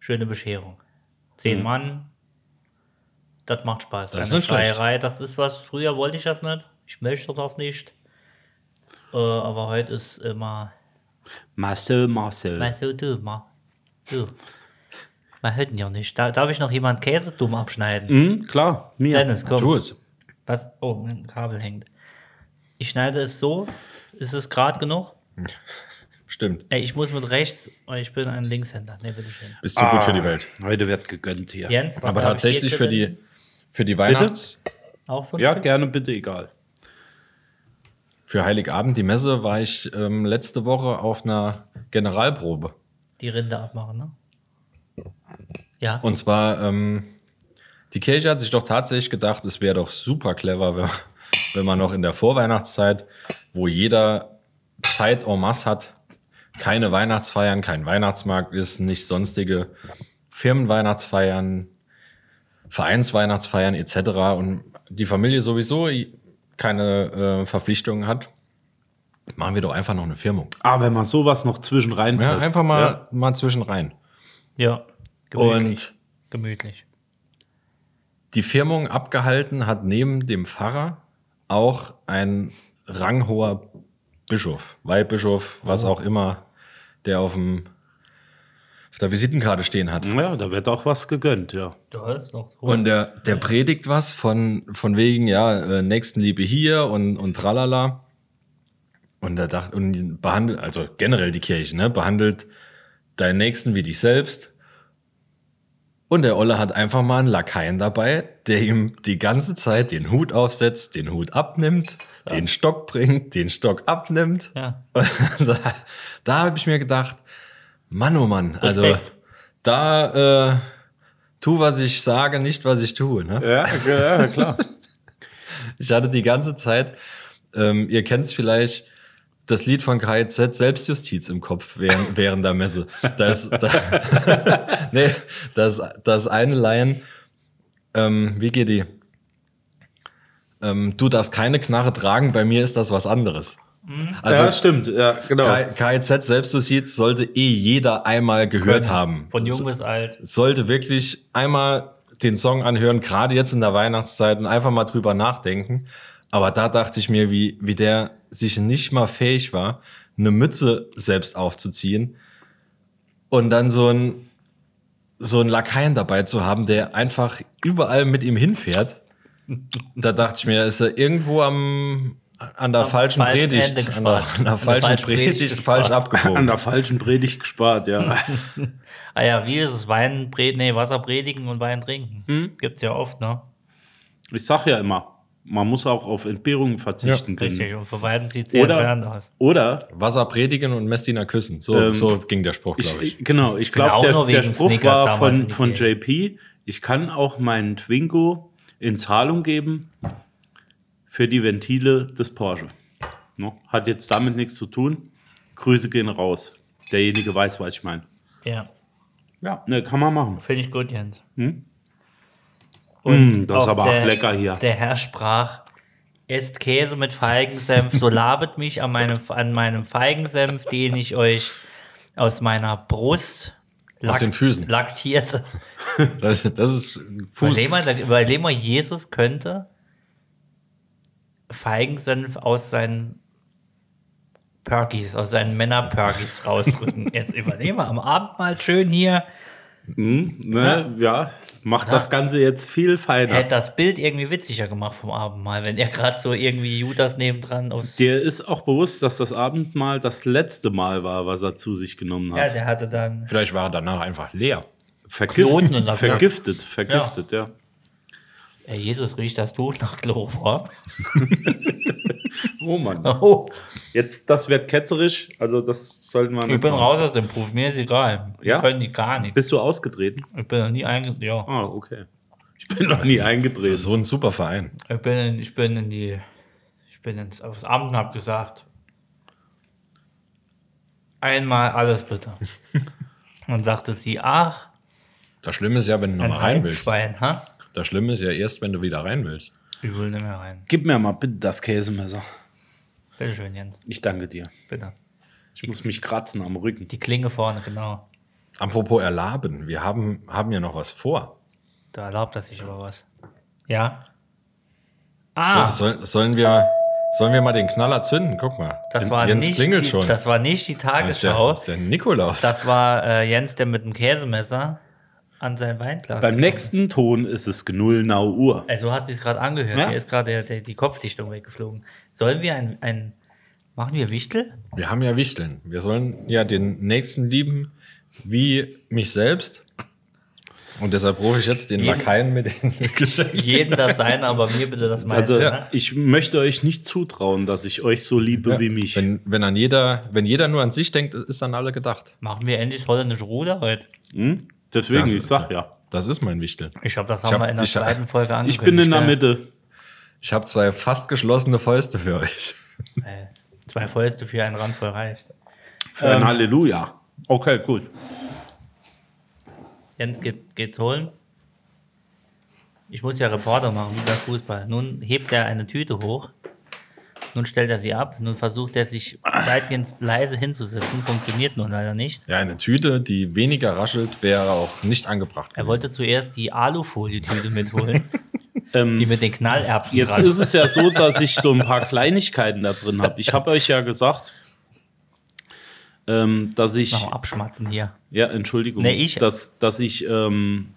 A: Schöne Bescherung. Zehn Mann, das macht Spaß.
B: Mhm. Das ist
A: Eine
B: nicht schlecht.
A: Schreierei, das ist was, früher wollte ich das nicht, ich möchte das nicht. Äh, aber heute ist immer,
C: Marcel, Marcel.
A: weißt du, du, ma, du. Man hört ihn ja nicht. Da, darf ich noch jemand Käse dumm abschneiden?
C: Hm, klar, mir.
A: Dennis, komm.
B: Tu es.
A: Was? Oh, mein Kabel hängt. Ich schneide es so. Ist es gerade genug?
B: Stimmt.
A: Ey, ich muss mit rechts, weil ich bin ein Linkshänder. Ne, bitteschön.
B: Bist du
C: Ah.
B: gut für die Welt.
C: Heute wird gegönnt hier.
A: Jens, was
B: Aber
A: darf ich
B: tatsächlich
A: dir
B: für die,
A: bitten?
B: für die Weihnachts...
A: Auch so ein
C: Ja,
A: Stück?
C: gerne, bitte, egal.
B: Für Heiligabend, die Messe, war ich ähm, letzte Woche auf einer Generalprobe.
A: Die Rinde abmachen, ne? Ja.
B: Und zwar, ähm, die Kirche hat sich doch tatsächlich gedacht, es wäre doch super clever, wenn, wenn man noch in der Vorweihnachtszeit, wo jeder Zeit en masse hat, keine Weihnachtsfeiern, kein Weihnachtsmarkt ist, nicht sonstige Firmenweihnachtsfeiern, Vereinsweihnachtsfeiern etc. Und die Familie sowieso keine äh, Verpflichtungen hat, machen wir doch einfach noch eine Firmung.
C: Ah, wenn man sowas noch zwischen
B: Ja,
C: reinpasst.
B: einfach mal, mal zwischen rein.
A: Ja.
B: Und
A: gemütlich.
B: die Firmung abgehalten hat neben dem Pfarrer auch ein ranghoher Bischof, Weihbischof, was auch immer, der auf dem auf der Visitenkarte stehen hat.
C: Ja, da wird auch was gegönnt, ja.
A: Da ist noch so.
B: Und der, der predigt was von, von wegen, ja, äh, Nächstenliebe hier und, und tralala. Und da dacht, und behandelt, also generell die Kirche, ne, behandelt deinen Nächsten wie dich selbst. Und der Olle hat einfach mal einen Lakaien dabei, der ihm die ganze Zeit den Hut aufsetzt, den Hut abnimmt, den Stock bringt, den Stock abnimmt.
A: Ja.
B: [LAUGHS] da da habe ich mir gedacht, Mann, oh Mann, also
C: Respekt.
B: da äh, tu, was ich sage, nicht, was ich tue. Ne?
C: Ja, [LAUGHS] klar.
B: Ich hatte die ganze Zeit, ähm, ihr kennt es vielleicht, das Lied von KZ Selbstjustiz im Kopf während,
C: [LAUGHS]
B: während der Messe. Das, da, [LAUGHS] nee, das, das eine Line, ähm, wie geht die? Ähm, du darfst keine Knarre tragen, bei mir ist das was anderes. Also
C: Mhm. ja, stimmt, ja, genau.
B: K- KZ Selbstjustiz sollte eh jeder einmal gehört haben.
A: Von jung bis alt.
B: sollte wirklich einmal den Song anhören, gerade jetzt in der Weihnachtszeit und einfach mal drüber nachdenken. Aber da dachte ich mir, wie, wie der sich nicht mal fähig war, eine Mütze selbst aufzuziehen und dann so ein, so ein Lakaien dabei zu haben, der einfach überall mit ihm hinfährt. Da dachte ich mir, ist er irgendwo am, an der falschen
A: falschen
B: Predigt,
A: Ende
B: an der,
A: gespart.
B: an der falschen Predigt, falsch
C: An
B: abgebogen.
C: der falschen Predigt gespart, ja.
A: Ah ja, wie ist es? Wein, Pre nee, Wasser predigen und Wein trinken.
B: Hm?
A: Gibt's ja oft, ne?
C: Ich sag ja immer, man muss auch auf Entbehrungen verzichten
A: Richtig.
C: können.
A: Und von weitem sieht's sehr entfernt
C: Oder,
A: aus.
C: oder
B: Wasser predigen und Messdiener küssen. So,
C: Ähm,
B: so ging der Spruch, glaube ich.
C: ich, genau, ich
A: bin auch
C: glaube,
A: nur
C: der, der
A: wegen
C: Spruch
A: Snickers
C: war
A: damals in
C: von,
A: die
C: von
A: Kirche.
C: JP, ich kann auch meinen Twingo in Zahlung geben für die Ventile des Porsche. Ne? Hat jetzt damit nichts zu tun. Grüße gehen raus. Derjenige weiß, was ich meine.
A: Ja.
C: Ja, ne, kann man machen.
A: Finde ich gut, Jens.
C: Mm, Hm? das ist
A: Auch
C: aber
A: der-
C: auch lecker hier.
A: Der Herr sprach, esst Käse mit Feigensenf, so labet mich an meinem, an meinem Feigensenf, den ich euch aus meiner Brust lakt-
B: den Füßen.
A: laktierte.
B: Das, das ist Fuß.
A: Überleg mal, überleg mal, Jesus könnte Feigensenf aus seinen Perkies, aus seinen Männer-Perkies rausdrücken. Jetzt überleg mal, am Abend mal schön hier,
C: Ne, ja, macht das Ganze jetzt viel feiner.
A: hätte das Bild irgendwie witziger gemacht vom Abendmahl, wenn er gerade so irgendwie Judas nebendran aufs
C: Dir ist auch bewusst, dass das Abendmahl das letzte Mal war, was er zu sich genommen
A: Ja,
C: hat.
A: der hatte dann.
B: Vielleicht war er danach einfach leer.
A: Knoten in
C: vergiftet,
A: der-
C: vergiftet, vergiftet, ja.
A: Ey, Jesus riecht das Tuch nach Klo, wa?
C: Oh Mann.
A: [LAUGHS] Oh,
C: Jetzt, das wird ketzerisch, also das sollten wir
A: ich
C: nicht
A: bin
C: machen.
A: raus aus dem Proof, mir ist egal.
C: Ja?
A: Ich können die gar nicht.
C: Bist du ausgetreten?
A: Ich bin noch nie eingetreten. Ja.
C: Ah, okay. Ich bin noch nie
B: Das
C: eingetreten.
B: ist so ein super Verein.
A: Ich bin, in, ich bin in die. Ich bin ins aufs Amt und hab gesagt. Einmal alles bitte.
B: [LAUGHS]
A: Dann sagte sie, ach,
B: Das Schlimme ist ja, wenn du
A: ein
B: nochmal rein willst.
A: Schwein, ha?
B: Das Schlimme ist ja erst, wenn du wieder rein willst.
A: Ich will nicht mehr rein.
C: Gib mir mal bitte das Käsemesser.
A: Bitte schön, Jens.
C: Ich danke dir.
A: Bitte.
C: Ich muss mich kratzen am Rücken.
A: Die Klinge vorne, genau.
B: Apropos Erlaben, wir haben, haben ja noch was vor.
A: Da erlaubt das sich aber was. Ja?
B: So,
A: Ah!
B: soll, sollen, wir, sollen wir mal den Knaller zünden? Guck mal.
A: Das
B: Jen-
A: war,
B: Jens
A: nicht
B: klingelt
A: die,
B: schon.
A: das war nicht die
B: ist der,
A: Tagesschau.
B: ist der Nikolaus.
A: Das war äh, Jens, der mit dem Käsemesser an sein Weinglas.
C: Beim nächsten Ton ist es genullnau Uhr.
A: Also hat sie es gerade angehört.
C: Ja.
A: Mir ist gerade der- der- die Kopfdichtung weggeflogen. Sollen wir ein, ein machen wir Wichtel?
B: wir haben ja Wichteln. Wir sollen ja den Nächsten lieben wie mich selbst. Und deshalb rufe ich jetzt den
A: Jeden-
B: Lakaien mit den Geschenken.
A: Jedem das sein, aber mir bitte das meiste.
C: Also,
A: ne?
C: ich möchte euch nicht zutrauen, dass ich euch so liebe wie mich.
B: Wenn, wenn, an jeder, wenn jeder nur an sich denkt, ist an alle gedacht.
A: Machen wir endlich das holländische Ruder heute.
C: Hm? Deswegen,
B: Das-
C: ich sag ja.
B: Das ist mein Wichtel.
A: Ich glaube, das
B: Ich
A: haben
B: hab-
A: wir in der
B: ich hab-
A: zweiten Folge
C: Ich
A: angekündigt.
C: bin in der
A: gell?
C: Mitte.
B: Ich habe zwei fast geschlossene Fäuste für euch. [LAUGHS]
A: Ey, Zwei Fäuste für einen Rand voll reicht.
C: Für ein Halleluja. Okay, gut.
A: Jens geht, geht's holen. Ich muss ja Reporter machen, wie beim Fußball. Nun hebt er eine Tüte hoch, nun stellt er sie ab, nun versucht er sich weitgehend leise hinzusetzen, funktioniert nun leider nicht.
B: Ja, eine Tüte, die weniger raschelt, wäre auch nicht angebracht.
A: Er
B: gewesen.
A: wollte zuerst die Alufolie-Tüte
C: [LAUGHS]
A: mitholen, die mit den Knallerbsen
C: Ähm, Jetzt
A: dran.
C: ist es ja so, dass ich so ein paar Kleinigkeiten da drin habe. Ich habe euch ja gesagt, ähm, dass ich,
A: Noch abschmatzen hier.
C: ja, Entschuldigung,
A: Nee, ich-
C: dass, dass ich ähm,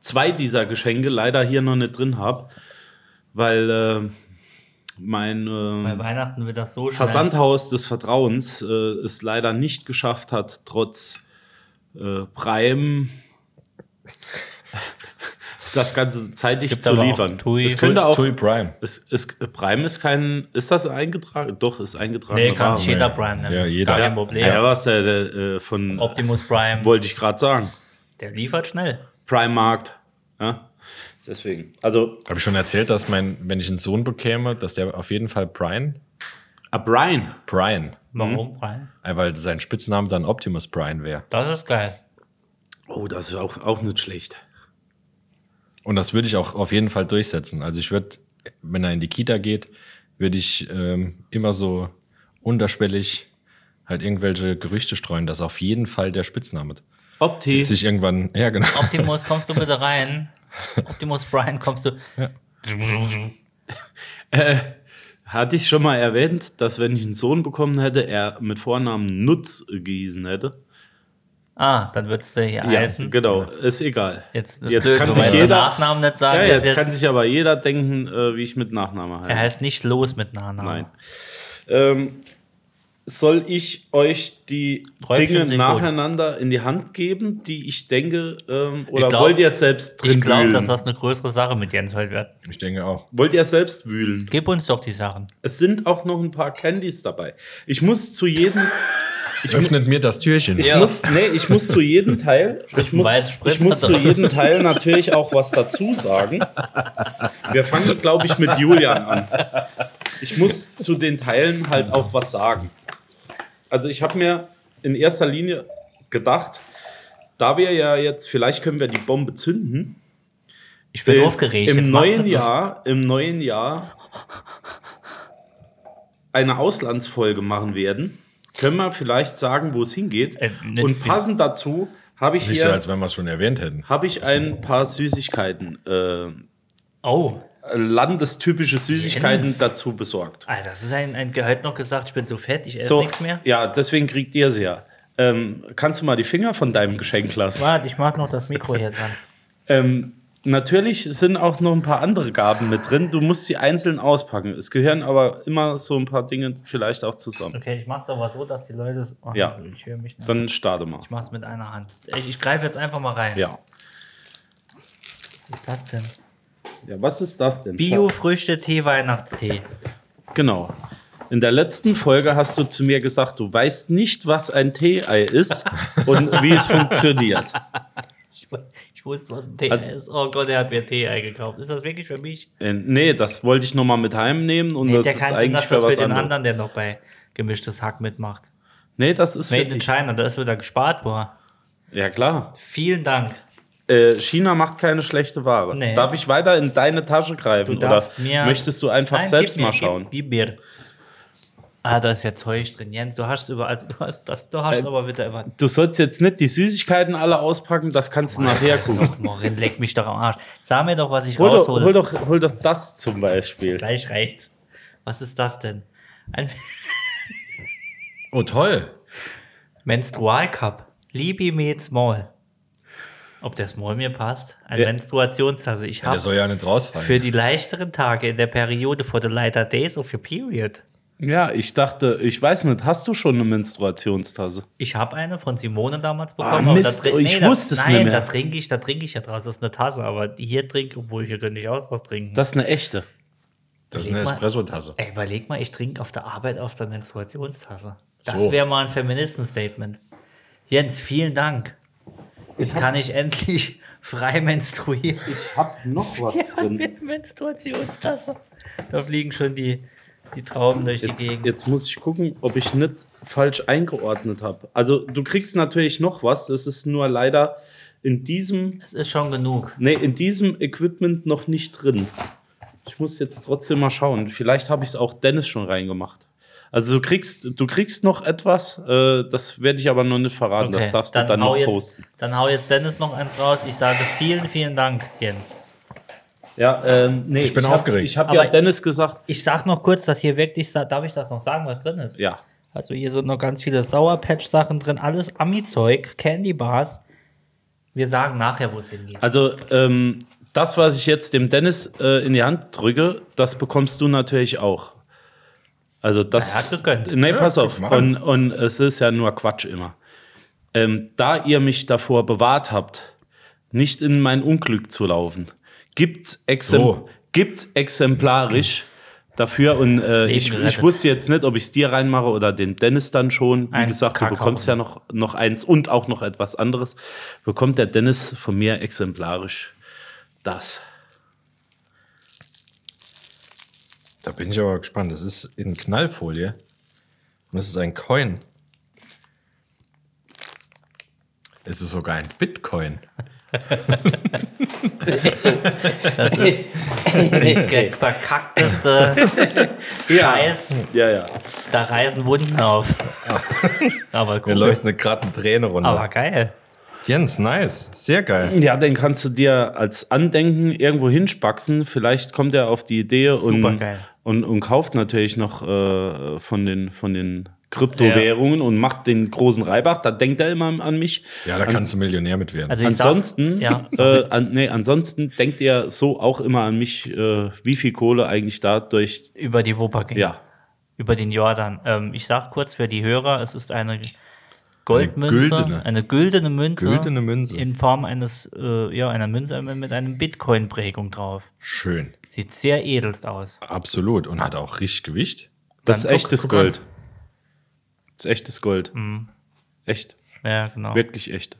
C: zwei dieser Geschenke leider hier noch nicht drin habe, weil äh, mein
A: Bei
C: äh,
A: Weihnachten wird das so schnell.
C: Versandhaus des Vertrauens äh, es leider nicht geschafft hat, trotz äh, Prime [LAUGHS] das Ganze zeitig
A: Gibt
C: zu
A: aber auch
C: liefern.
A: Tui.
C: es könnte auch
B: Tui Prime.
C: es ist, Prime ist kein. Ist das eingetragen? Doch, ist eingetragen.
A: Nee, kann sich jeder
B: nee.
A: Prime nennen.
B: Ja, jeder.
A: Gar
C: ja,
A: kein Problem.
C: Ja, was ja, der, äh, von.
A: Optimus Prime,
C: wollte ich gerade sagen.
A: der liefert schnell.
C: Prime Markt. Ja? Deswegen. Also,
B: Habe ich schon erzählt, dass mein, wenn ich einen Sohn bekäme, dass der auf jeden Fall Brian,
C: ah, Brian.
B: Brian,
C: Hm?
A: Warum Prime?
B: äh, weil sein Spitzname dann Optimus Brian wäre.
A: Das ist geil.
C: Oh, das ist auch, auch nicht schlecht.
B: Und das würde ich auch auf jeden Fall durchsetzen. Also ich würde, wenn er in die Kita geht, würde ich ähm, immer so unterschwellig halt irgendwelche Gerüchte streuen, dass auf jeden Fall der Spitzname
C: Opti.
B: sich irgendwann, [LAUGHS] ja genau,
A: Optimus, kommst du bitte
C: [LAUGHS]
A: rein? Optimus Prime, kommst du?
C: Hatte ich schon mal erwähnt, dass wenn ich einen Sohn bekommen hätte, er mit Vornamen Nutz gehießen hätte.
A: Ah, dann würdest du hier heißen.
C: genau. Ist egal.
A: Jetzt,
C: Jetzt kann
A: so
C: sich
A: weil du
C: jeder-
A: Nachnamen nicht sagen.
C: Ja,
A: dass
C: jetzt, kann sich aber jeder denken, äh, wie ich mit Nachname heiße.
A: er heißt nicht los mit Nachnamen.
C: Nein. Ähm, soll ich euch die
A: Träumchen
C: Dinge
A: sind
C: nacheinander in die Hand geben, die ich denke, ähm, oder
A: glaub-
C: wollt ihr es selbst drin
A: Ich glaube,
C: wühlen?
A: dass das eine größere Sache mit Jens heute wird.
B: ich denke auch.
C: wollt ihr es selbst wühlen?
A: Gib uns doch die Sachen.
C: Es sind auch noch ein paar Candies dabei. Ich muss zu jedem,
A: [LAUGHS]
B: Ich öffnet mir das Türchen.
C: ich muss, nee, ich muss zu jedem Teil, ich muss,
A: Weiß Sprit
C: ich muss
A: drin.
C: zu jedem Teil natürlich auch was dazu sagen. Wir fangen, glaube ich, mit Julian an. Ich muss zu den Teilen halt auch was sagen. Also ich habe mir in erster Linie gedacht, da wir ja jetzt, vielleicht können wir die Bombe zünden.
A: Ich bin aufgeregt.
C: Äh, Im
A: Jetzt
C: neuen
A: macht-
C: Jahr, im neuen Jahr eine Auslandsfolge machen werden. Können wir vielleicht sagen, wo es hingeht?
A: Äh, nicht
C: Und
A: viel.
C: passend dazu habe ich
B: Nicht so,
C: hier
B: als wenn wir es schon erwähnt hätten.
C: habe ich ein paar Süßigkeiten, äh,
A: Oh,
C: landestypische Süßigkeiten
A: Jens.
C: dazu besorgt.
A: Alter, das ist ein, ein Gehalt noch gesagt, ich bin so fett, ich esse
C: So,
A: nichts mehr.
C: ja, deswegen kriegt ihr sie ja. Ähm, kannst du mal die Finger von deinem Geschenk lassen?
A: Warte, ich mach noch das Mikro hier dran.
C: Ähm, natürlich sind auch noch ein paar andere Gaben mit drin. Du musst sie einzeln auspacken. Es gehören aber immer so ein paar Dinge vielleicht auch zusammen.
A: Okay, ich mach's aber so, dass die Leute. es- Oh,
C: Ja.
A: Ich höre mich nicht.
C: Dann starte mal.
A: Ich mach's mit einer Hand. Ich, ich greife jetzt einfach mal rein.
C: Ja.
A: Was ist das denn?
C: Ja, was ist das denn?
A: Bio-Früchte-Tee,
C: [LAUGHS]
A: Weihnachtstee.
C: Genau. In der letzten Folge hast du zu mir gesagt, du weißt nicht, was ein
A: [LAUGHS]
C: Tee-Ei ist und wie es funktioniert.
A: Ich, wu- ich wusste, was ein Tee
C: Also-
A: ist. Oh Gott, er hat mir Tee-Ei gekauft. Ist das wirklich für mich?
C: Äh, nee, das wollte ich nochmal mit heimnehmen und
A: Nee,
C: das
A: der
C: ist
A: kann Sinn,
C: eigentlich
A: dass das
C: für
A: für
C: was
A: den
C: anderes.
A: anderen, der noch bei gemischtes Hack mitmacht.
C: Nee, das ist für
A: Made in
C: dich.
A: China, da ist wieder gespart, boah.
C: Ja, klar.
A: Vielen Dank.
C: Äh, China macht keine schlechte Ware.
A: Nee.
C: Darf ich weiter in deine Tasche greifen? oder möchtest du einfach
A: Nein,
C: selbst
A: gib mir,
C: mal schauen?
A: Gib, gib mir. Ah, da ist ja Zeug drin. Jens, du hast überall, du hast das, du
C: Äh,
A: hast aber bitte immer.
C: Du sollst jetzt nicht die Süßigkeiten alle auspacken, das kannst
A: [LAUGHS]
C: du nachher gucken.
A: Doch, Morin, leck mich doch am Arsch. Sag mir doch, was ich
C: Hol doch,
A: raushole.
C: hol, doch, hol doch das zum Beispiel.
A: Gleich reicht's. Was ist das denn? Ein [LAUGHS]
B: Oh toll.
A: Menstrualcup. Libi meets Maul. Ob der Small mir passt? Eine
C: Ja.
A: Menstruationstasse. Ich
B: Der
A: habe
B: soll ja nicht rausfallen.
A: für die leichteren Tage in der Periode for the lighter days of your period.
C: Ja, ich dachte, ich weiß nicht, hast du schon eine Menstruationstasse?
A: Ich habe eine von Simone damals
C: Ah,
A: bekommen. aber
C: Mist,
A: trink-
C: oh, ich
A: da,
C: wusste es
A: nein,
C: nicht
A: da
C: mehr.
A: trinke ich, da trinke ich ja draus. Das ist eine Tasse, aber die hier trinke, obwohl hier könnte ich auch draus trinken.
C: Das ist eine echte.
B: das ist eine
A: Überleg mal.
B: Espressotasse.
A: Ey, überleg mal, ich trinke auf der Arbeit auf der Menstruationstasse. Das
B: So.
A: wäre mal ein Feministenstatement. Jens, vielen Dank. Jetzt kann ich endlich [LAUGHS] frei menstruieren.
C: Ich hab noch was
A: Mit Menstruationstasse. Da fliegen schon die, die Trauben durch
C: Jetzt,
A: die Gegend.
C: jetzt muss ich gucken, ob ich nicht falsch eingeordnet habe. Also du kriegst natürlich noch was. Es ist nur leider in diesem,
A: Es ist schon genug.
C: nee, in diesem Equipment noch nicht drin. Ich muss jetzt trotzdem mal schauen. Vielleicht habe ich es auch Dennis schon reingemacht. Also du kriegst, du kriegst noch etwas, äh, das werde ich aber noch nicht verraten. Das darfst du dann
A: hau
C: noch
A: jetzt,
C: posten.
A: Dann hau jetzt Dennis noch eins raus. Ich sage vielen, vielen Dank, Jens.
C: Ja, ähm, nee,
B: Ich bin
C: hab-
B: aufgeregt.
C: Ich habe ja
A: Aber-
C: Dennis gesagt,
A: Ich sag noch kurz, dass hier wirklich, sa- darf ich das noch sagen, was drin ist?
C: ja.
A: Also hier sind noch ganz viele Sauerpatch-Sachen drin, alles Ami-Zeug, Candy-Bars. Wir sagen nachher, wo es
C: [LAUGHS]
A: hingeht.
C: Also, ähm, das, was ich jetzt dem Dennis äh, in die Hand drücke, das bekommst du natürlich auch. Also das.
A: Er hat gegönnt.
C: Nee, pass auf.
B: guck mal an.
C: Und, und es ist ja nur Quatsch immer. Ähm, da ihr mich davor bewahrt habt, nicht in mein Unglück zu laufen, gibt's, Exem
B: So.
C: gibt's exemplarisch dafür und äh, ich, ich
A: gerettet.
C: wusste jetzt nicht, ob ich es dir reinmache oder den Dennis dann schon. Wie
A: Ein
C: gesagt,
A: Kakao.
C: du bekommst ja noch, noch eins und auch noch etwas anderes. Bekommt der Dennis von mir exemplarisch das.
B: Da bin ich aber gespannt. Das ist in Knallfolie. Und das ist ein Coin. Es ist sogar ein Bitcoin.
A: [LAUGHS] Der verkackteste Scheiß.
C: [LAUGHS] Ja, ja.
A: Da reißen Wunden auf. [LAUGHS] aber
B: Mir
A: gut.
B: läuft eine gerade eine Träne runter.
A: aber geil.
B: Jens, nice. Sehr geil.
C: Ja, den kannst du dir als Andenken irgendwo hinspaxen. Vielleicht kommt er auf die Idee und,
A: Supergeil.
C: und, und kauft natürlich noch äh, von den, von den Kryptowährungen und macht den großen Reibach. Da denkt er immer an mich.
B: Ja, da
C: An-
B: kannst du Millionär mit werden.
A: Also ich
C: Ansonsten,
A: sag's-
C: äh, an, nee, ansonsten denkt ihr so auch immer an mich, äh, wie viel Kohle eigentlich dadurch.
A: über die Wupper ging.
C: Ja,
A: Über den Jordan. Ähm, ich sag kurz für die Hörer, es ist eine Goldmünze, eine güldene,
B: güldene.
A: Münze,
B: Güldene Münze.
A: in Form eines, äh, ja, einer Münze mit einem Bitcoin-Prägung drauf.
B: Schön.
A: Sieht sehr edelst aus.
B: Absolut. Und hat auch richtig Gewicht.
C: das
A: Dann
C: ist echtes
B: guck- Mhm. guck
C: Gold. Das ist echtes Gold. Echt,
A: Ja, genau.
C: wirklich echt.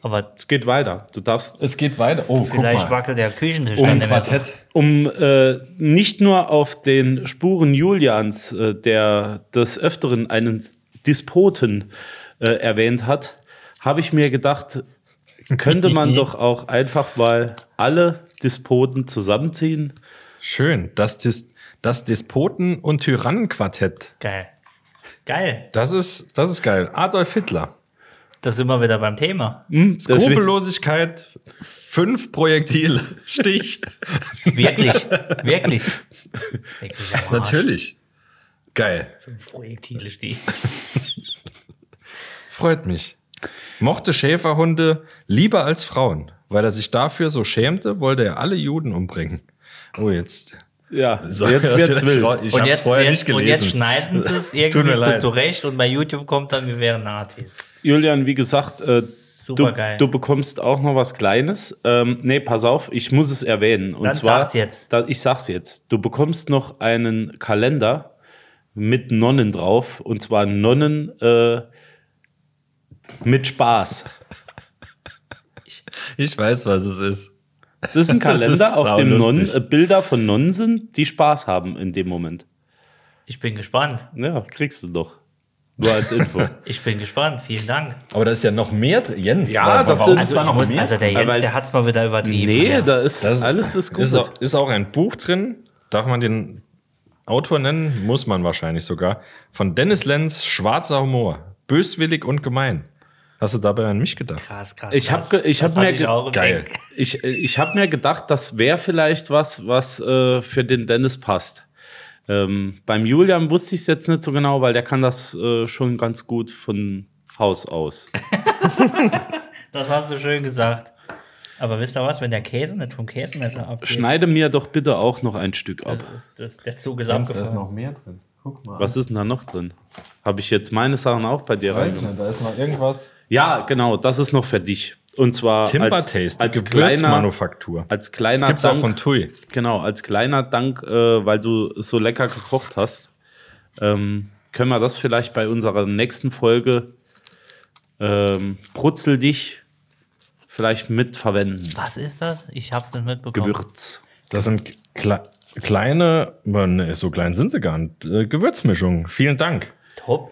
A: Aber
C: Es geht weiter. Du darfst
B: Es geht weiter. Oh,
A: vielleicht wackelt der Küchentisch
B: Um
A: dann nicht
B: ein
A: mehr so.
B: Quartett.
C: um äh, nicht nur auf den Spuren Julians, äh, der des Öfteren einen Despoten äh, erwähnt hat, habe ich mir gedacht,
B: [LAUGHS]
C: könnte man doch auch einfach mal alle Despoten zusammenziehen.
B: Schön. Das, Dis das Despoten- und Tyrannenquartett.
A: Geil. Geil.
B: Das ist, das ist geil. Adolf Hitler.
A: Da sind wir wieder beim Thema.
B: Skrupellosigkeit, fünf Projektile, [LAUGHS] Stich.
A: Wirklich.
B: [LAUGHS]
A: Wirklich. Wirklich am Arsch.
B: Natürlich. Geil.
A: Projektile stehen.
B: Freut mich. Mochte Schäferhunde lieber als Frauen. Weil er sich dafür so schämte, wollte er alle Juden umbringen. Oh, jetzt.
C: Ja,
B: So,
C: jetzt
B: das-
C: wird's wild.
B: Ich hab's vorher nicht gelesen.
A: Und jetzt schneiden sie es
B: [LAUGHS] Tut
A: irgendwie
B: mir
A: so
B: leid.
A: zurecht und bei YouTube kommt dann, wir wären Nazis.
C: Julian, wie gesagt, äh, du,
A: Supergeil.
C: du bekommst auch noch was Kleines. Ähm, nee, pass auf, ich muss es erwähnen. Und
A: Dann
C: zwar,
A: sag's jetzt.
C: Da, ich sag's jetzt. Du bekommst noch einen Kalender mit Nonnen drauf. Und zwar Nonnen äh, mit Spaß.
B: Ich weiß, was es ist.
C: Es
A: [LAUGHS]
C: ist ein
B: Das ist
C: Kalender, auf dem Nonnen,
B: saulustig.
C: äh, Bilder von Nonnen sind, die Spaß haben in dem Moment.
A: Ich bin gespannt.
C: Ja, kriegst du doch. Nur als
A: [LAUGHS]
C: Info.
A: Ich bin gespannt. Vielen Dank.
B: Aber da ist ja noch mehr drin. Jens,
C: Ja,
B: wa- wa-
C: das
B: warum ist
C: sind-
A: Also,
B: da
A: ich
B: noch
A: muss,
B: mehr?
A: also der Jens,
C: Aber-
A: der hat es mal wieder übertrieben.
C: nee,
A: ja.
C: da ist
B: Das
C: alles ist gut.
B: Ist auch, ist auch ein Buch drin. Darf man den Autor nennen? Muss man wahrscheinlich sogar. Von Dennis Lenz, Schwarzer Humor. Böswillig und gemein. Hast du dabei an mich gedacht?
A: krass, Ah, krass.
C: Ich
A: krass.
C: hab ge- ich
A: Das
C: hab mir
A: hatte ich
C: ge-
A: auch im
B: Geil.
A: Denk.
C: Ich, ich habe mir gedacht, das wäre vielleicht was, was äh, für den Dennis passt. Ähm, beim Julian wusste ich es jetzt nicht so genau, weil der kann das äh, schon ganz gut von Haus aus.
A: Das hast du schön gesagt. Aber wisst ihr was, wenn der Käse nicht vom Käsemesser abgeht,
C: Schneide mir doch bitte auch noch ein Stück ab.
A: ist das, der Zug ist abgefahren.
B: noch mehr drin. Guck mal.
C: Was ist denn da noch drin? Habe ich jetzt meine Sachen auch bei dir reingemacht?
B: da ist noch irgendwas.
C: Ja, genau, das ist noch für dich. Und zwar als,
B: Timbertaste,
C: als kleiner,
B: Gewürzmanufaktur.
C: als kleiner
B: Gibt's auch
C: Dank-
B: von Tui.
C: Genau, als kleiner Dank, äh, weil du so lecker gekocht hast, ähm, können wir das vielleicht bei unserer nächsten Folge ähm, Brutzel dich vielleicht mitverwenden.
A: Was ist das? Ich hab's nicht mitbekommen.
C: Gewürz.
B: Das sind kle kleine, aber nee, so klein sind sie gar nicht. Äh, Gewürzmischungen. Vielen Dank.
A: Top.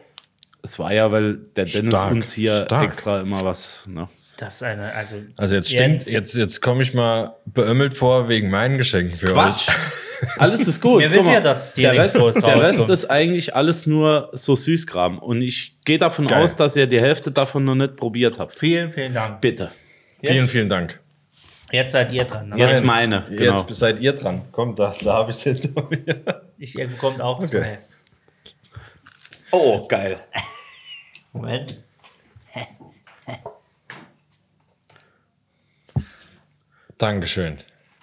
C: Es war ja, weil der Dennis
B: Stark,
C: uns hier
B: stark.
C: extra immer was. Ne?
A: Das ist eine, also.
B: Also jetzt stimmt,
A: Jens,
B: jetzt, jetzt komme ich mal beömmelt vor wegen meinen Geschenken für
C: Quatsch.
B: euch.
C: Alles ist gut.
A: Wir
C: Guck
A: wissen
C: mal,
A: ja, dass die
C: der
A: nichts
C: Rest,
A: Großes
C: der Rest
A: rauskommt.
C: ist eigentlich alles nur so Süßkram. Und ich gehe davon
B: Geil.
C: aus, dass ihr die Hälfte davon noch nicht probiert habt.
A: Vielen, vielen Dank.
C: Bitte.
B: Vielen, vielen Dank.
A: Jetzt seid ihr dran. ne?
C: Jetzt meine. Genau.
B: Jetzt seid ihr dran. Kommt, da, da habe ich es hinter mir.
A: Ich, ihr bekommt auch zwei.
C: Oh, geil.
A: [LAUGHS] Moment.
B: Dankeschön.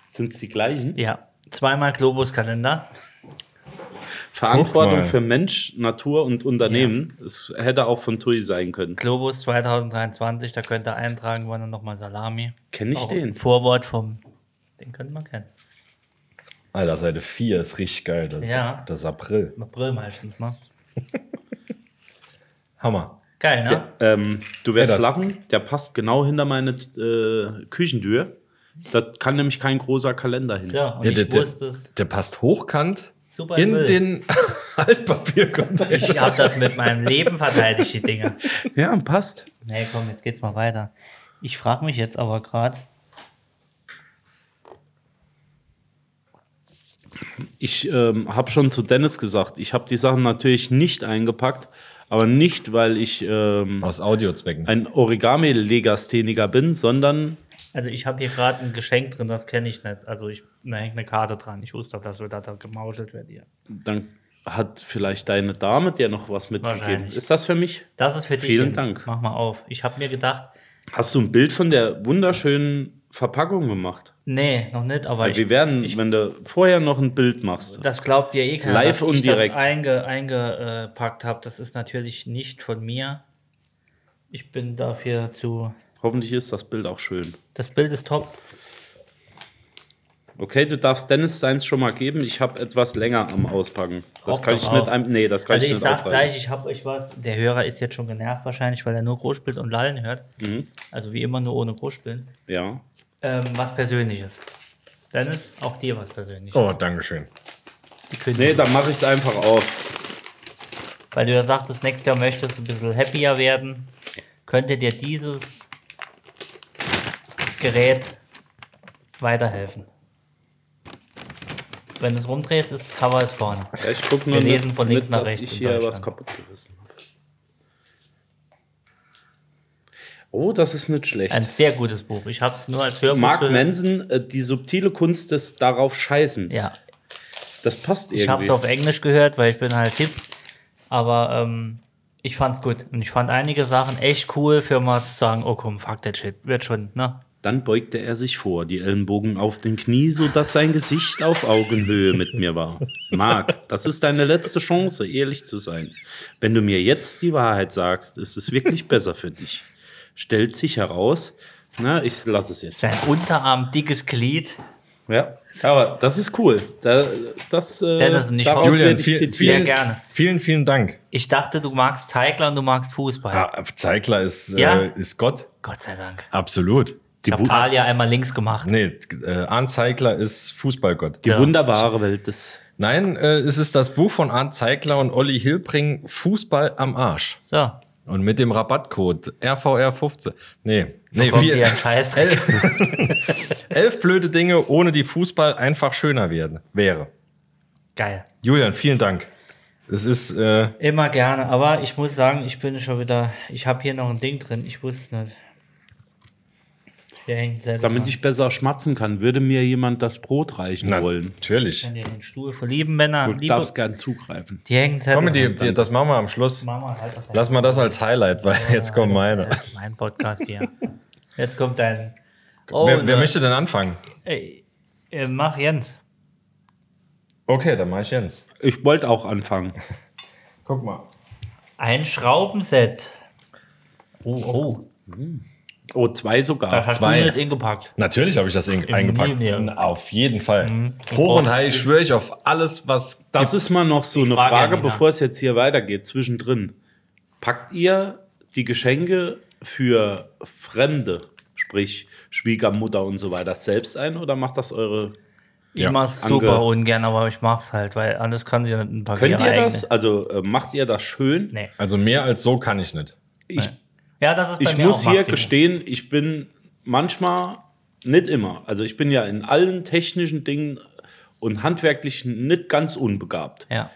C: Sind es die gleichen?
A: Ja, zweimal Globuskalender.
B: Guck
C: Verantwortung
B: mal.
C: für Mensch, Natur und Unternehmen. Das hätte auch von Tui sein können.
A: Globus 2023, da könnt ihr eintragen, wann dann nochmal Salami.
C: Kenn ich
A: Auch ein
C: den?
A: Vorwort vom. Den könnte man kennen.
B: Alter, Seite 4 ist richtig geil. Das,
A: Ja.
B: das ist April.
A: Im April meistens, ne?
B: Hammer.
A: Geil, ne?
C: Ähm, du wirst
B: Ja, das-
C: lachen, der passt genau hinter meine äh, Küchentür. Da kann nämlich kein großer Kalender hin.
A: Ja, und
B: Ja, der,
A: ich wusste
B: der,
A: es.
B: der passt hochkant
A: Super
B: in
A: Müll.
B: den [LAUGHS]
A: Ich
B: Altpapiercontainer.
A: habe das mit meinem Leben verteidigt, die Dinger.
C: Ja, passt.
A: Nee, komm, jetzt geht's mal weiter. Ich frage mich jetzt aber gerade.
C: Ich ähm, habe schon zu Dennis gesagt, ich habe die Sachen natürlich nicht eingepackt, aber nicht, weil ich ähm,
B: Aus Audiozwecken.
C: ein Origami-Legastheniker bin, sondern
A: Also ich habe hier gerade ein Geschenk drin, das kenne ich nicht. Also ich, da hängt eine Karte dran. Ich wusste, dass wir da da gemauschelt werden. hier.
C: dann hat vielleicht deine Dame dir noch was mitgegeben.
A: Wahrscheinlich.
C: Ist das für mich?
A: Das ist für dich.
C: Vielen
A: Jens.
C: Dank.
A: Mach mal auf. Ich habe mir gedacht,
C: Hast du ein Bild von der wunderschönen Verpackung gemacht?
A: nee, noch nicht, aber
C: Weil
A: ich,
C: wir werden, wenn du vorher noch ein Bild machst,
A: das glaubt ihr eh keiner.
C: Live
A: dass
C: und
A: ich
C: direkt.
A: Das einge, eingepackt habe, das ist natürlich nicht von mir. Ich bin dafür zu.
C: hoffentlich ist das Bild auch schön.
A: Das Bild ist top.
C: Okay, du darfst Dennis seins schon mal geben. Ich habe etwas länger am Auspacken. Das
A: Hopp
C: kann
A: doch
C: ich nicht.
A: auf.
C: Ein, nee, das kann
A: Also
C: ich
A: ich
C: nicht.
A: sag's
C: aufreißen.
A: gleich, ich hab euch was. Der Hörer ist jetzt schon genervt wahrscheinlich, weil er nur Großspiel und Lallen hört.
C: Mhm.
A: Also wie immer nur ohne Großspielen.
C: Ja.
A: Ähm, was Persönliches. Dennis, auch dir was Persönliches.
B: Oh, Dankeschön.
A: Die Kündigung.
C: Nee, dann mache ich es einfach auf.
A: Weil du ja sagtest, nächstes Jahr möchtest du ein bisschen happier werden. Könnte dir dieses Gerät weiterhelfen? Wenn du es rumdrehst, ist das Cover ist vorne.
C: Ja, ich guck nur
A: Wir
C: nicht-
A: lesen von links
C: nicht,
A: nach
C: dass
A: rechts
C: Ich
A: in
C: hier was
A: Deutschland.
C: kaputt gerissen habe. Oh, das ist nicht schlecht.
A: Ein sehr gutes Buch. Ich habe es nur als Hörbuch
C: Mark
A: gehört.
C: Manson, äh, die subtile Kunst des darauf Scheißens.
A: Ja,
C: Das passt irgendwie.
A: ich habe es auf Englisch gehört, weil ich bin halt hip. Aber ähm, ich fand's gut. Und ich fand einige Sachen echt cool, für mal zu sagen, oh komm, fuck that shit. Wird schon, ne?
C: Dann beugte er sich vor, die Ellenbogen auf dem Knie, sodass sein Gesicht auf Augenhöhe mit mir war. Marc, das ist deine letzte Chance, ehrlich zu sein. Wenn du mir jetzt die Wahrheit sagst, ist es wirklich besser für dich. Stellt sich heraus, na, ich lasse es jetzt.
A: Sein Unterarm, dickes Glied.
C: Ja, aber das ist cool. Da, das, äh,
A: Dennis, nicht
C: daraus
A: Julian,
C: werde ich
B: viel-
C: zitieren.
A: Sehr gerne.
B: Vielen, vielen Dank.
A: Ich dachte, du magst Teigler und du magst Fußball.
B: Ja, Zeigler ist,
A: Ja.
B: äh, ist Gott.
A: Gott sei Dank.
B: Absolut.
C: Die,
A: Ich habe
C: Wu-
A: Talia einmal links gemacht.
B: Nee, äh, Arndt Zeigler ist Fußballgott.
C: die
A: Ja.
C: wunderbare Welt des.
B: Nein, äh, es ist das Buch von Arndt Zeigler und Olli Hilbring, Fußball am Arsch.
A: So,
B: Und mit dem Rabattcode RVR15. Nee, nee,
A: kommt
B: viel,
A: dir ein
C: [LAUGHS]
A: Scheißdreck.
B: [LAUGHS] elf blöde Dinge, ohne die Fußball einfach schöner werden, wäre.
A: Geil.
B: Julian, vielen Dank. Es ist, äh,
A: Immer gerne. Aber ich muss sagen, ich bin schon wieder. Ich habe hier noch ein Ding drin. Ich wusste es nicht. Hier hängt selber.
C: Damit ich besser schmatzen kann, würde mir jemand das Brot reichen
B: na,
C: wollen.
B: natürlich.
A: Hier den Stuhl für lieben Männer.
C: Du
A: Liebe,
C: darfst gern zugreifen.
A: die hängen selber.
B: Komm, die,
A: dran.
B: die, das machen wir am Schluss.
A: Mama, halt doch dein-
B: Lass mal das als Highlight, weil jetzt kommt meine.
A: Das ist mein Podcast hier. Jetzt kommt
C: [LAUGHS]
A: dein. Oh,
B: wer, wer
A: ne.
B: möchte denn anfangen?
A: Ey, äh, mach Jens.
B: Okay, dann mach ich Jens.
C: Ich wollte auch anfangen.
B: Guck mal.
A: Ein Schraubenset. Oh, oh.
C: Oh, zwei sogar.
A: Das hast
B: zwei.
A: du nicht hingepackt.
B: Natürlich habe ich das in, eingepackt.
A: nie mehr.
B: Auf jeden Fall.
A: Mhm.
B: Hoch und high schwöre ich auf alles, was.
C: Das ist mal noch so eine
A: frage
C: Frage,
A: an die nach.
C: bevor es jetzt hier weitergeht, zwischendrin. Packt ihr die Geschenke für Fremde, sprich Schwiegermutter und so weiter, selbst ein oder macht das eure.
A: Ich
B: Ja,
A: mach's
C: ange-
A: super ungern, aber ich mach's halt, weil anders kann sie ja nicht ein paar
C: Könnt
A: ihre
C: ihr das?
A: eigene-
C: Also äh, macht ihr das schön?
A: Nee.
B: Also mehr als so kann ich nicht.
C: Ich
A: Ja, das ist bei
C: ich
A: mir
C: muss
A: auch
C: hier
A: Maximum.
C: gestehen, ich bin manchmal, nicht immer, also ich bin ja in allen technischen Dingen und handwerklichen nicht ganz unbegabt.
A: Ja.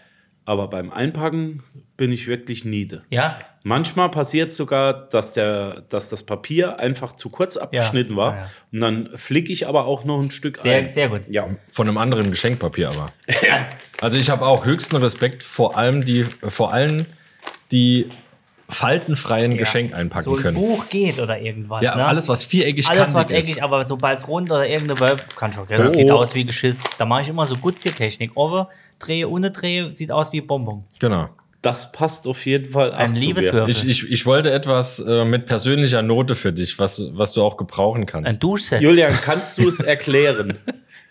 C: Aber beim Einpacken bin ich wirklich niede.
A: Ja,
C: Manchmal passiert sogar, dass, der, dass das Papier einfach zu kurz abgeschnitten war.
A: ja, ja.
C: Und dann flicke ich aber auch noch ein Stück
A: sehr,
C: ein.
A: sehr gut.
C: Ja,
B: Von einem anderen Geschenkpapier aber. Also ich habe auch höchsten Respekt vor allem die, vor allen, die faltenfreien Geschenk einpacken
A: so ein
B: können.
A: Buch geht oder irgendwas.
B: Ja,
A: ne?
B: alles, was viereckig
A: Alles, was
B: kantig ist. Oh.
A: eckig, aber sobald es rund oder irgendeine Wölb, kann schon, das sieht aus wie Geschiss. Da mache ich immer so Gutziertechnik. Over, drehe, ohne drehe, sieht aus wie Bonbon.
B: Genau.
C: das passt auf jeden Fall auch
A: Ein
C: zu mir.
A: Liebeswürfel.
B: Ich, ich, ich wollte etwas äh, mit persönlicher Note für dich, was, was du auch gebrauchen
A: Ein
B: kannst.
A: Duschset.
C: Julian, kannst du
A: [LAUGHS]
C: es erklären?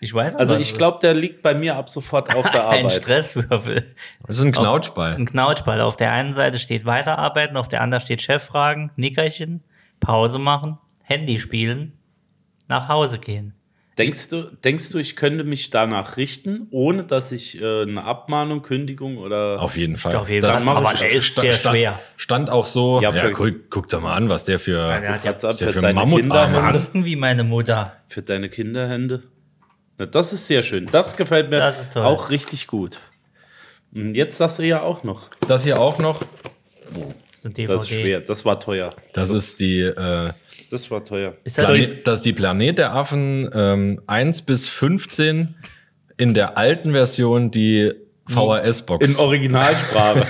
A: ich weiß
C: Also
A: aber,
C: ich glaube, der liegt bei mir ab sofort
A: [LAUGHS]
C: auf der
A: Ein
C: Arbeit.
A: Stresswürfel.
B: Das ist ein Knautschball.
A: Ein Knautschball. Auf der einen Seite steht Weiterarbeiten, auf der anderen steht Cheffragen, Nickerchen, Pause machen, Handy spielen, nach Hause gehen.
C: Denkst du, denkst du, ich könnte mich danach richten, ohne dass ich äh, eine Abmahnung, Kündigung oder
B: Auf jeden Fall.
A: Auf jeden Fall.
C: mach
A: aber
C: ich
A: der
C: auch.
A: ist sehr
B: stand,
A: schwer.
B: stand auch so, ja,
C: Ja, für-
B: guck, guck doch mal an, was der für,
A: der hat ja Ah,
C: Katze ab
B: was der
C: für
B: für
C: seine
B: Mammutarme
C: Kinderhände?
B: hat.
A: Gucken wie meine Mutter.
C: Für deine Kinderhände? Na, das ist sehr schön. Das gefällt mir
A: Das ist toll.
C: auch richtig gut. Und jetzt das hier auch noch.
B: Das hier auch noch,
A: Das ist ein DVD.
C: Das ist schwer. Das war teuer.
B: das ist die, äh,
C: Das war teuer.
A: Ist das so-
B: Planet, das ist die Planet der Affen ähm, 1 bis 15 in der alten Version, die
C: In
B: VHS-Box.
C: Originalsprache.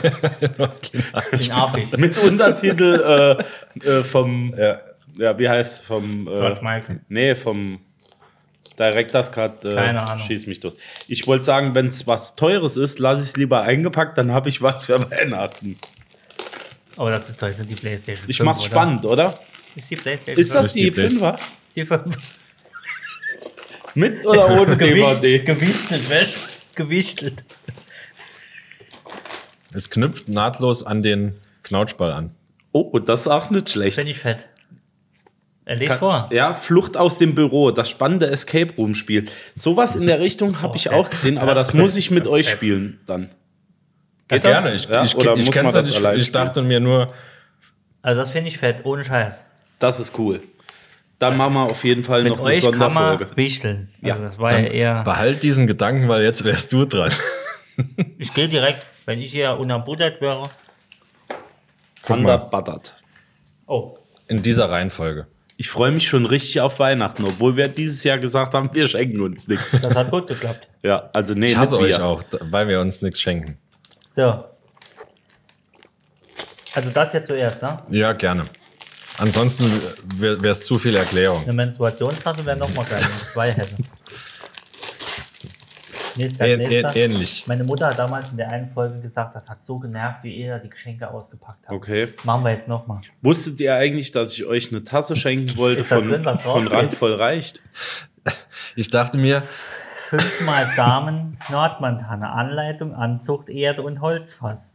A: [LAUGHS] in
C: [LAUGHS]
A: Afrik.
C: Mit Untertitel äh, äh, vom. Ja. wie heißt vom. Äh,
A: George Michael.
C: Nee, vom Directors Cut. Äh,
A: Keine Ahnung.
C: Schieß mich durch. Ich wollte sagen, wenn es was Teures ist, lasse ich es lieber eingepackt, dann habe ich was für [LAUGHS] Weihnachten.
A: Aber das ist toll, das sind die Playstation.
C: Ich
A: 5,
C: mach's
A: oder?
C: spannend, oder?
A: Ist die Playstation
C: Ist das
B: ist die
C: die
B: Best.
C: 5er?
A: 5? Die 5.
C: Mit oder ohne
A: Gewicht,
C: DVD?
A: [LAUGHS] gewichtelt, was? Gewichtelt.
B: Es knüpft nahtlos an den Knautschball an.
C: Oh, das ist auch nicht schlecht.
A: Bin ich fett. Er lädt vor.
C: Ja, Flucht aus dem Büro, das spannende Escape Room Spiel. Sowas in der
A: [LAUGHS] Oh,
C: Richtung habe ich auch gesehen, aber das muss ich mit euch spielen dann. Geht das?
B: Gerne, ich,
C: Ja,
B: ich,
C: oder
B: ich,
C: muss
B: kenn's
C: man
B: nicht.
C: das
B: Ich,
C: allein
B: ich
C: spielen?
B: dachte mir nur,
A: Also das finde ich fett, ohne Scheiß.
C: Das ist cool. Dann machen wir auf jeden Fall
A: Mit
C: noch eine
A: euch kann
C: Sonderfolge.
A: man wichteln. Also
C: Ja,
A: das war ja eher.
B: behalt diesen Gedanken, weil jetzt wärst du dran. [LAUGHS]
A: Ich gehe direkt, wenn ich hier unterm Buddett wäre.
B: Guck mal.
C: Underbuttert.
A: Oh.
B: In dieser Reihenfolge.
C: Ich freue mich schon richtig auf Weihnachten, obwohl wir dieses Jahr gesagt haben, wir schenken
A: [LAUGHS]
C: uns nichts.
A: Das hat gut geklappt.
C: Ja, also nee,
B: Ich hasse
C: nicht
B: euch
C: wir.
B: auch, da- weil wir uns nichts schenken.
A: So. Also das hier zuerst, ne?
B: Ja, gerne. Ansonsten wäre es zu viel Erklärung.
A: Eine Menstruationstasse wäre nochmal geil, wenn ich zwei hätte. Nächster,
B: Ä-
A: nächster.
B: ä- ähnlich.
A: Meine Mutter hat damals in der einen Folge gesagt, das hat so genervt, wie ihr da die Geschenke ausgepackt habt.
C: Okay.
A: Machen wir jetzt nochmal.
C: Wusstet ihr eigentlich, dass ich euch eine Tasse
A: [LAUGHS]
C: schenken wollte
A: Ist das
C: von,
A: drin, was
C: von
A: draufsteht?
C: Randvoll reicht?
B: Ich dachte mir,
A: Fünfmal Samen, [LAUGHS] Nordmantanne, Anleitung, Anzucht, Erde und Holzfass.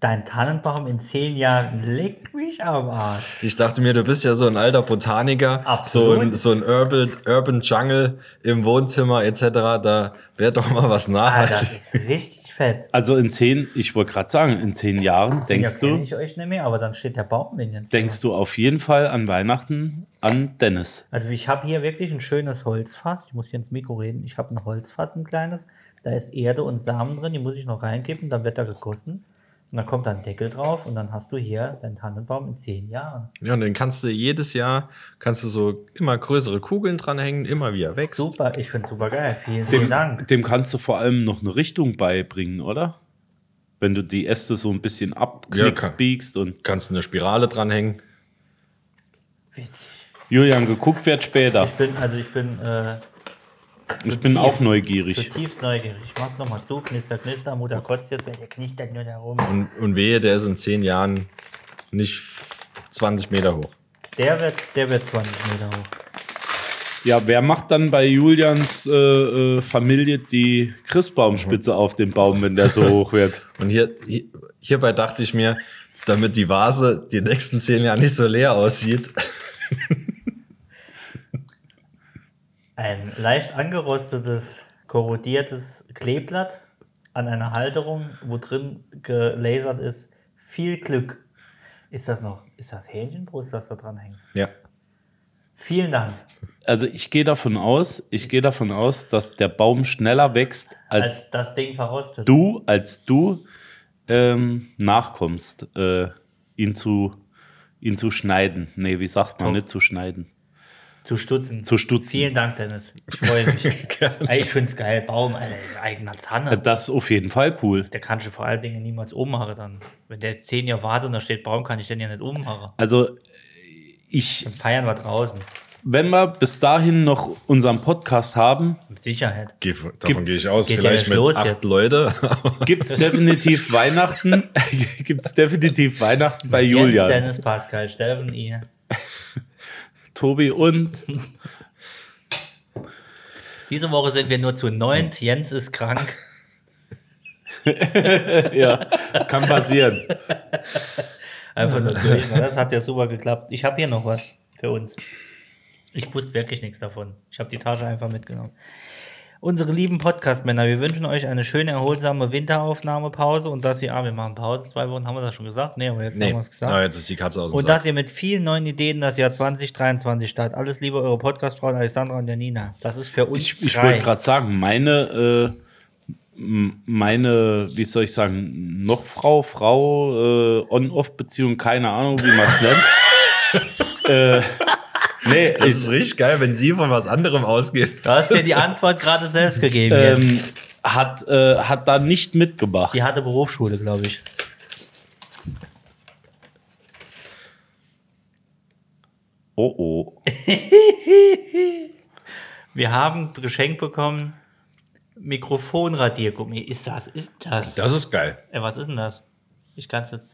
A: Dein Tannenbaum in zehn Jahren leck mich am Arsch.
B: ich dachte mir, du bist ja so ein alter Botaniker, so
A: Absolut.
B: ein, so ein Urban, Urban Jungle im Wohnzimmer etc. Da wäre doch mal was
A: Ah, das
B: nachhaltig.
A: ist richtig fett.
C: Also in zehn, ich wollte gerade sagen, in zehn Jahren denkst
A: ja, kenn
C: du,
A: ich euch nicht mehr, aber dann steht der Baum in den
C: denkst du auf jeden Fall an Weihnachten an Dennis.
A: Also ich habe hier wirklich ein schönes Holzfass. Ich muss hier ins Mikro reden. Ich habe ein Holzfass, ein kleines. Da ist Erde und Samen drin. Die muss ich noch reinkippen. Dann wird er gegossen. Und dann kommt da ein Deckel drauf. Und dann hast du hier deinen Tannenbaum in zehn Jahren.
B: Ja, und dann kannst du jedes Jahr, kannst du so immer größere Kugeln dranhängen, immer wie er wächst.
A: Super. Ich finde super geil. Vielen, vielen Dank.
C: Dem kannst du vor allem noch eine Richtung beibringen, oder? Wenn du die Äste so ein bisschen abknickst,
B: Ja, kann-
C: biegst und
B: Kannst du eine Spirale dranhängen.
A: Witzig.
C: Julian geguckt wird später.
A: Ich bin, also ich bin äh,
C: Ich bin auch neugierig.
A: zutiefst neugierig. Ich mach's nochmal zu. Knister, knister. Mutter kotzt jetzt. Wer der kniet denn nur da rum?
B: Und, und wehe, der ist in zehn Jahren nicht 20 Meter hoch.
A: Der wird, der wird 20 Meter hoch.
C: Ja, wer macht dann bei Julians äh, äh, Familie die Christbaumspitze auf den Baum, wenn der so hoch wird?
B: Und hier, hier, hierbei dachte ich mir, damit die Vase die nächsten zehn Jahre nicht so leer aussieht,
A: Ein leicht angerostetes, korrodiertes Kleeblatt an einer Halterung, wo drin gelasert ist. Viel Glück. Ist das noch, ist das Hähnchenbrust, das da dran hängt?
B: Ja.
A: Vielen Dank.
C: Also ich gehe davon aus, ich gehe davon aus, dass der Baum schneller wächst, als,
A: Als das Ding verrostet.
C: du, als du ähm, nachkommst, äh, ihn, zu, ihn zu schneiden. Nee, wie sagt man,
A: Top.
C: nicht zu schneiden.
A: Zu stutzen.
C: Zu stutzen.
A: Vielen Dank, Dennis. Ich freue mich.
C: [LAUGHS]
A: Ey, ich finde es geil. Baum, Alter, in eigener Tanne.
C: Äh, Das ist auf jeden Fall cool.
A: der kann schon vor allen Dingen niemals ummachen dann. Wenn der zehn Jahre wartet und da steht Baum, kann ich den ja nicht ummachen.
C: Also ich,
A: Dann feiern wir draußen.
C: wenn wir bis dahin noch unseren Podcast haben,
A: Mit Sicherheit.
B: Geh, davon
C: Gibt's-
B: gehe ich aus.
A: geht ja
B: Vielleicht
A: nicht
B: mit
A: los
B: acht
A: jetzt.
B: Leute.
A: [LAUGHS]
C: gibt es definitiv Weihnachten. [LAUGHS] gibt es definitiv Weihnachten bei
A: Jens,
C: Julian.
A: Dennis, Pascal, Steffen, ihr.
C: Tobi und
A: Diese Woche sind wir nur zu neunt.
C: Hm.
A: Jens ist krank.
C: ja, kann passieren.
A: Einfach nur
C: [LAUGHS]
A: durch. Na, Das hat ja super geklappt. Ich habe hier noch was für uns. Ich wusste wirklich nichts davon. Ich habe die Tasche einfach mitgenommen. Unsere lieben Podcast-Männer, wir wünschen euch eine schöne, erholsame Winteraufnahmepause und dass ihr, ah, wir machen Pause, zwei Wochen, haben wir das schon gesagt? Nee, aber jetzt
B: nee.
A: haben wir es gesagt.
B: Ah, jetzt ist die Katze aus dem
A: und
B: Sack.
A: dass ihr mit vielen neuen Ideen das Jahr 2023 startet. Alles Liebe, eure Podcast-Frauen Alessandra und Janina. Das ist für uns
C: Ich, ich
A: drei.
C: wollte gerade sagen, meine, äh, m- meine, wie soll ich sagen, noch Frau, Frau, äh, On-Off-Beziehung, keine Ahnung, wie man es
A: [LAUGHS]
C: nennt. äh, nee,
B: Das
C: ich,
B: ist richtig geil, wenn sie von was anderem ausgeht.
A: Du hast dir die Antwort gerade selbst gegeben. Jens.
C: [LAUGHS] ähm, hat, äh, hat da nicht mitgemacht.
A: Die hatte Berufsschule, glaube ich.
C: Oh oh.
A: Wir haben geschenkt bekommen Mikrofonradiergummi. Ist das? Ist das?
B: Das ist geil.
A: Ey, was ist denn das? Ich kann es nicht.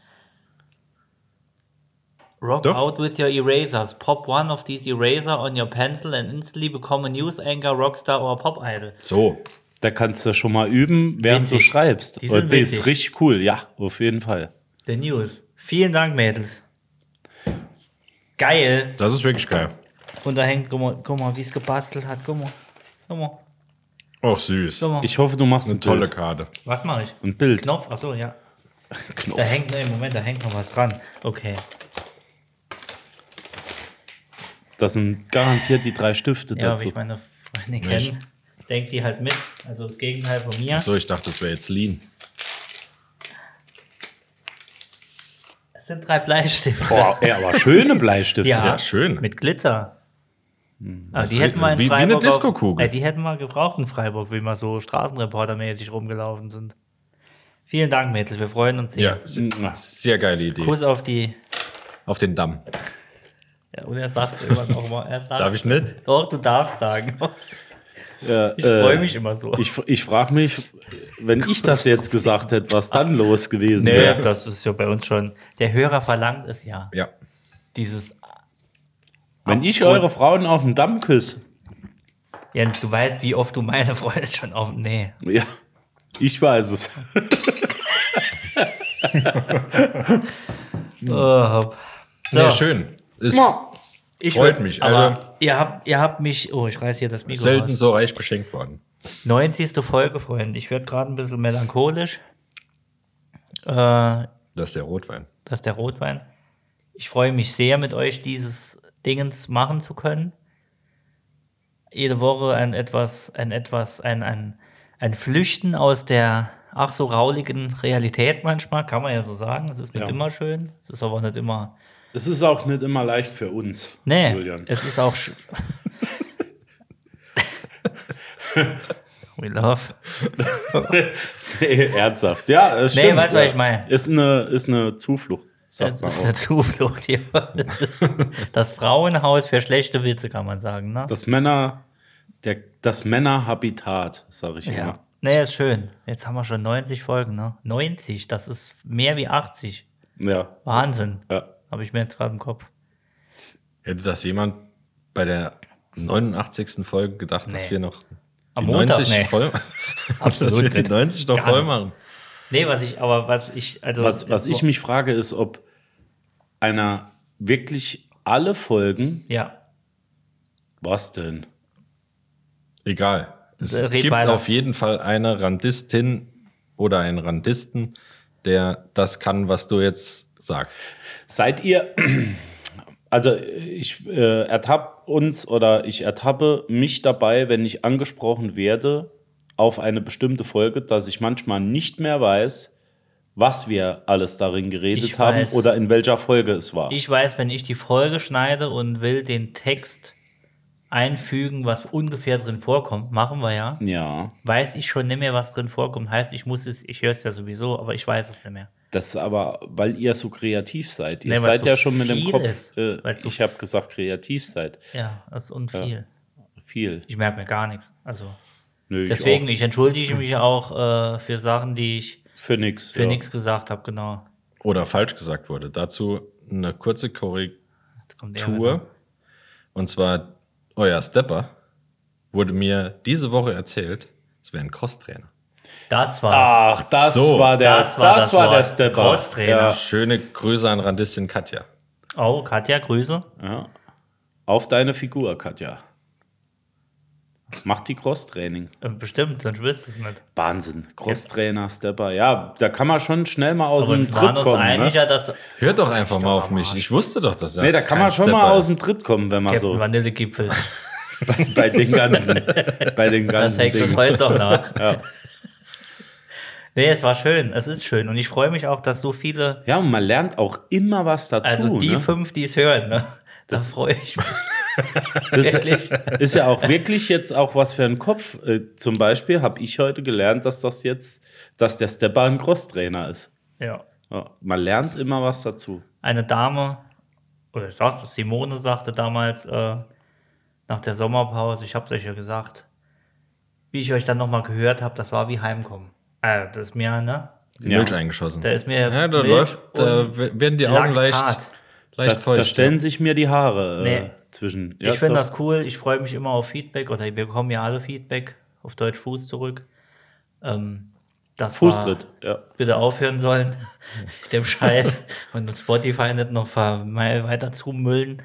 A: Rock
B: Doch.
A: out with your erasers. Pop one of these eraser on your pencil and instantly become a news anchor, rockstar or pop idol.
B: So.
C: Da kannst du schon mal üben, während du
A: Witzig.
C: schreibst.
A: Die
C: Die,
A: sind
C: die ist
A: witzig.
C: richtig cool, ja, auf jeden Fall.
A: The News. Vielen Dank, Mädels. Geil.
B: Das ist wirklich geil.
A: Und da hängt, guck mal, guck mal wie es gebastelt hat. Guck mal. Guck mal.
B: Auch süß.
A: Guck mal.
C: Ich hoffe, du machst
B: Eine
C: ein
B: tolle
C: Bild.
B: Karte.
A: was mache ich?
C: Ein Bild.
A: Knopf? Achso, ja.
C: Knopf.
A: Da hängt, ne, Moment, da hängt noch was dran. Okay.
C: Das sind garantiert die drei Stifte
A: Ja, aber
C: dazu.
A: ich meine Freunde kennen, denkt die halt mit. Also das Gegenteil von mir.
B: So, ich dachte, das wäre jetzt Lean.
A: Es sind drei Bleistifte.
C: Boah, ey, aber schöne Bleistifte.
B: ja, schön. Hm.
A: Mit Glitzer. Ah, die
B: ist
A: hätten wir in
B: wie- wie eine
A: Freiburg auf-
B: Disco-Kugel.
A: Äh, die hätten wir gebraucht in Freiburg, wie wir so straßenreportermäßig rumgelaufen sind. Vielen Dank, Mädels. Wir freuen uns sehr.
B: Ja, sehr, sehr geile Idee.
A: Kuss auf die.
B: Auf den Damm.
A: Ja, und er sagt immer noch mal. Er sagt,
B: Darf ich nicht? Äh,
A: Doch, du darfst sagen.
C: Ja,
A: Ich freue mich immer so.
C: Äh, Ich, ich frage mich, wenn ich das jetzt gesagt hätte, was dann los gewesen
A: nee,
C: wäre.
A: das ist ja bei uns schon. Der Hörer verlangt es ja.
B: Ja.
A: Dieses
C: Wenn ich eure Frauen auf den Damm küsse,
A: Jens, du weißt, wie oft du meine Freundin schon auf. Nee.
C: ja, ich weiß es.
A: Oh, hopp. So,
B: Nee, schön. Ist
A: Ich
B: freut
A: will-
B: mich,
A: Aber
B: also-
A: ihr, habt, ihr habt mich. Oh, ich reiß hier das Mikro
B: selten
A: raus.
B: so reich beschenkt worden.
A: 90. Folge, Freunde. Ich werde gerade ein bisschen melancholisch. Äh, das
B: Das ist der Rotwein.
A: ist der Rotwein. Ich freue mich sehr, mit euch dieses Dingens machen zu können. Jede Woche ein etwas, ein etwas, ein, ein, ein Flüchten aus der ach so rauligen Realität manchmal, kann man ja so sagen. Es ist nicht
C: Ja.
A: immer schön. Es ist aber nicht immer.
C: Es ist auch nicht immer leicht für uns,
A: Nee,
C: Julian.
A: es ist auch. sch- We love.
C: [LAUGHS] Nee, ernsthaft, ja, es
A: Nee,
C: stimmt.
A: weißt du,
C: ja.
A: was ich meine?
C: Ist eine, ist eine Zuflucht,
A: Das
C: sagt man
A: ist
C: auch.
A: eine Zuflucht hier. Das Frauenhaus für schlechte Witze, kann man sagen, ne?
C: Das Männer, der, das Männerhabitat, sage ich
A: ja.
C: immer.
A: Nee, ist schön. Jetzt haben wir schon 90 Folgen, ne? 90, das ist mehr wie 80.
C: Ja,
A: Wahnsinn.
C: ja.
A: Habe ich mir jetzt gerade im Kopf.
B: Hätte das jemand bei der 89. Folge gedacht, dass
A: Nee.
B: wir noch
A: Am Montag, nee. [LAUGHS]
B: voll, [LAUGHS] dass
A: Absolut
B: wir die
A: nicht.
B: 90 noch
A: Gar
B: voll
A: nicht.
B: machen?
A: Nee, was ich, aber was ich, also.
C: Was, was ich mich frage, ist, ob einer wirklich alle Folgen,
A: Ja.
C: was denn?
B: Egal. Es
A: Red
B: gibt
A: weiter.
B: auf jeden Fall eine Randistin oder einen Randisten, der das kann, was du jetzt Sag's.
C: Seid ihr, [CLEARS THROAT] also ich äh, ertappe uns oder ich ertappe mich dabei, wenn ich angesprochen werde auf eine bestimmte Folge, dass ich manchmal nicht mehr weiß, was wir alles darin geredet
A: Ich
C: haben
A: weiß.
C: oder in welcher Folge es war.
A: Ich weiß, wenn ich die Folge schneide und will den Text einfügen, was ungefähr drin vorkommt, machen wir ja,
C: ja,
A: weiß ich schon nicht mehr, was drin vorkommt. Heißt, ich muss es, ich höre es ja sowieso, aber ich weiß es nicht mehr.
C: das ist aber, weil ihr so kreativ seid. Ihr
A: Nee, weil
C: seid
A: so
C: ja schon mit dem
A: viel
C: Kopf,
A: ist.
C: äh,
A: Weil so
C: ich habe gesagt, kreativ seid.
A: Ja, das ist unviel.
C: Viel.
A: Ich merke mir gar nichts. Also
C: Nö, ich
A: deswegen,
C: auch.
A: ich entschuldige mich auch äh, für Sachen, die ich
C: Für nix.
A: für
C: ja.
A: nichts gesagt habe, genau.
B: Oder falsch gesagt wurde. Dazu eine kurze
A: Jetzt kommt er wieder.
B: Korrektur. Und zwar, euer Stepper wurde mir diese Woche erzählt, es wäre ein Crosstrainer.
A: Das war's.
C: Ach, das
B: So,
C: war der, das
A: das war
C: war,
A: das
C: der
A: Wort.
C: Stepper.
A: Crosstrainer.
C: Ja.
B: Schöne Grüße an Randistin Katja.
A: Oh, Katja, Grüße.
C: Ja. Auf deine Figur, Katja. Mach die Crosstraining.
A: Äh, Bestimmt, sonst wüsste es nicht.
C: Wahnsinn. Crosstrainer, Stepper. Ja, da kann man schon schnell mal aus
A: Aber
C: dem
A: wir waren
C: Tritt
A: uns
C: kommen.
A: einig,
C: Ne?
A: ja, dass
B: Hört doch einfach mal auf mich. Ich wusste doch, dass das
C: Nee, da kann
B: kein
C: man schon
B: Stepper
C: mal aus
B: ist.
C: dem Tritt kommen, wenn man
A: Captain
C: so [LAUGHS]
A: Vanillegipfel. [LAUGHS]
C: bei den ganzen, bei den
A: Das
C: ganzen
A: hängt uns
C: Dingen.
A: heute doch nach.
C: [LAUGHS] Ja.
A: [LAUGHS] Nee, es war schön. Es ist schön. Und ich freue mich auch, dass so viele,
C: ja, und man lernt auch immer was dazu.
A: also die
C: ne?
A: fünf, die es hören, ne? Das freue ich mich.
C: Das
A: Wirklich?
C: ist ja auch wirklich jetzt auch was für einen Kopf. Äh, zum Beispiel habe ich heute gelernt, dass das jetzt, dass der Stepper ein Crosstrainer ist.
A: [LAUGHS] Ja.
C: Ja, man lernt immer was dazu.
A: Eine Dame, oder ich sag's, Simone sagte damals äh, nach der Sommerpause, ich hab's euch ja gesagt, wie ich euch dann nochmal gehört habe, das war wie Heimkommen. Äh, das ist mir, ne?
B: Die
C: Ja.
B: Milch eingeschossen.
A: Da ist mir
B: ja, da
A: Milch
B: läuft, da
A: und
B: werden die Augen leicht,
A: Laktat.
C: Da,
B: leicht
C: da
B: feucht.
C: stellen sich mir die Haare äh,
A: Nee.
C: zwischen. Ja,
A: ich finde
C: doch.
A: das cool. Ich freue mich immer auf Feedback oder wir bekommen ja alle Feedback auf Deutsch Fuß zurück. Ähm, das
C: Fußtritt.
A: War,
C: Ja.
A: bitte aufhören
B: [LAUGHS]
A: sollen mit dem Scheiß und uns Spotify nicht noch ver- mal weiter zumüllen.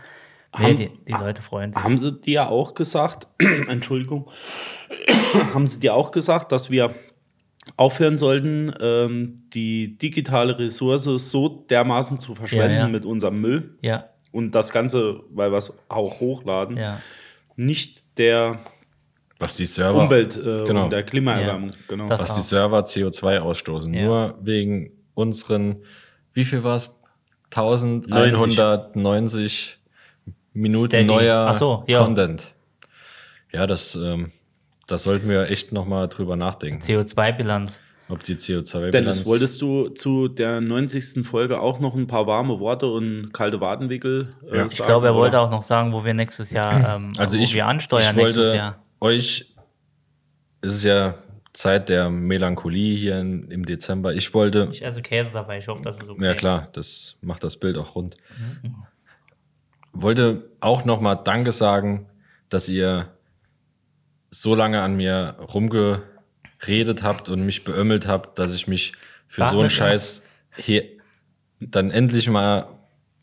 A: Nee,
C: Haben-
A: die, die Leute freuen sich.
C: Haben sie dir auch gesagt, [CLEARS THROAT] Entschuldigung, [CLEARS THROAT] haben sie dir auch gesagt, dass wir aufhören sollten, ähm, die digitale Ressource so dermaßen zu verschwenden
A: Ja, ja.
C: mit unserem Müll
A: Ja,
C: und das Ganze, weil wir es auch hochladen,
A: ja.
C: nicht der
B: Was die Server,
C: Umwelt äh,
B: genau.
C: und der Klimaerwärmung.
A: Ja.
C: Genau.
A: Das-
B: was die
A: auch.
B: Server CO2 ausstoßen.
A: Ja.
B: Nur wegen unseren, wie viel war es? 1190 Minuten
A: Steady.
B: neuer
A: Ach so, ja.
B: Content. Ja, das, ähm, das sollten wir echt nochmal drüber nachdenken,
A: CO2-Bilanz.
B: ob die CO2
C: Dennis, wolltest du zu der 90. Folge auch noch ein paar warme Worte und kalte Wadenwickel äh,
B: Ja.
C: sagen?
B: Ich
A: Ich glaube, er wollte
C: oder?
A: auch noch sagen, wo wir nächstes
B: [CLEARS THROAT]
A: Jahr, ähm,
B: also
A: wo
B: ich,
A: wir ansteuern
B: ich wollte
A: nächstes Jahr.
B: euch, es ist ja Zeit der Melancholie hier in, im Dezember. Ich wollte
A: Ich esse Käse dabei. Ich hoffe, das ist okay.
B: Ja klar, das macht das Bild auch rund. Wollte auch nochmal Danke sagen, dass ihr so lange an mir rumgeredet habt und mich beömmelt habt, dass ich mich für
A: Sag
B: so einen
A: nicht immer.
B: Scheiß her, dann endlich mal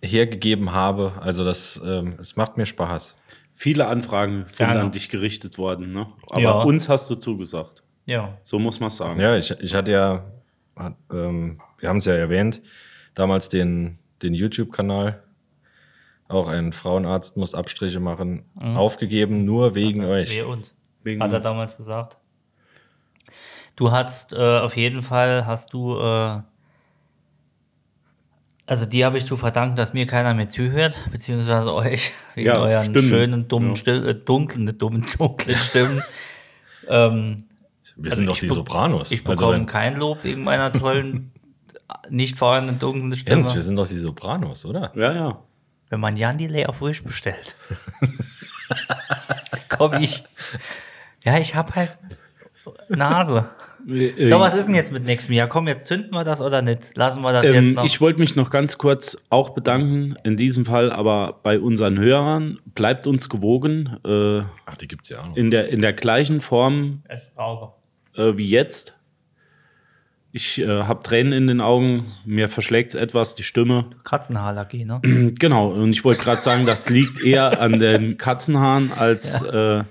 B: hergegeben habe. Also das, ähm, es macht mir Spaß.
C: Viele Anfragen sind
A: Gerne.
C: an dich gerichtet worden, ne? Aber
A: Ja.
C: uns hast du zugesagt.
A: Ja.
C: So muss man sagen.
B: Ja, ich, ich hatte ja, hat, ähm, wir haben es ja erwähnt, damals den, den YouTube-Kanal, auch ein Frauenarzt muss Abstriche machen, aufgegeben, nur wegen euch.
A: Mhm. Wir uns.
C: Wegen
A: hat er
C: uns.
A: damals gesagt. Du hast äh, auf jeden Fall, hast du, äh, also die habe ich zu verdanken, dass mir keiner mehr zuhört, beziehungsweise [LAUGHS] euch, wegen
C: Ja,
A: euren
C: Stimmen.
A: schönen, dummen,
C: Ja.
A: Stil- äh, dunklen, nicht dummen, [LAUGHS] dunklen Stimmen. ähm,
B: Wir
A: also
B: sind doch
A: ich
B: die
A: be-
B: Sopranos.
A: ich
B: also
A: bekomme
B: wenn,
A: kein Lob wegen meiner
B: [LAUGHS]
A: tollen, nicht vorhandenen dunklen Stimme,
B: Jens, wir sind doch die Sopranos, oder?
C: Ja, ja.
A: wenn man Jan Delay auf Wish bestellt. [LAUGHS] komm ich. Ja, ich habe halt Nase.
C: Äh,
A: So, was ist denn jetzt mit nächstem Jahr? Komm, jetzt zünden wir das oder nicht? Lassen wir das jetzt
C: Ähm,
A: noch.
C: ich wollte mich noch ganz kurz auch bedanken, in diesem Fall aber bei unseren Hörern. Bleibt uns gewogen, äh,
B: Ach, die gibt's ja auch noch.
C: in, der, in der gleichen Form
A: Es Auge.
C: äh, wie jetzt. Ich äh, habe Tränen in den Augen, mir verschlägt es etwas, die Stimme.
A: Katzenhaarlackey, ne?
C: Genau, und ich wollte gerade sagen, das liegt eher an den Katzenhaaren als äh,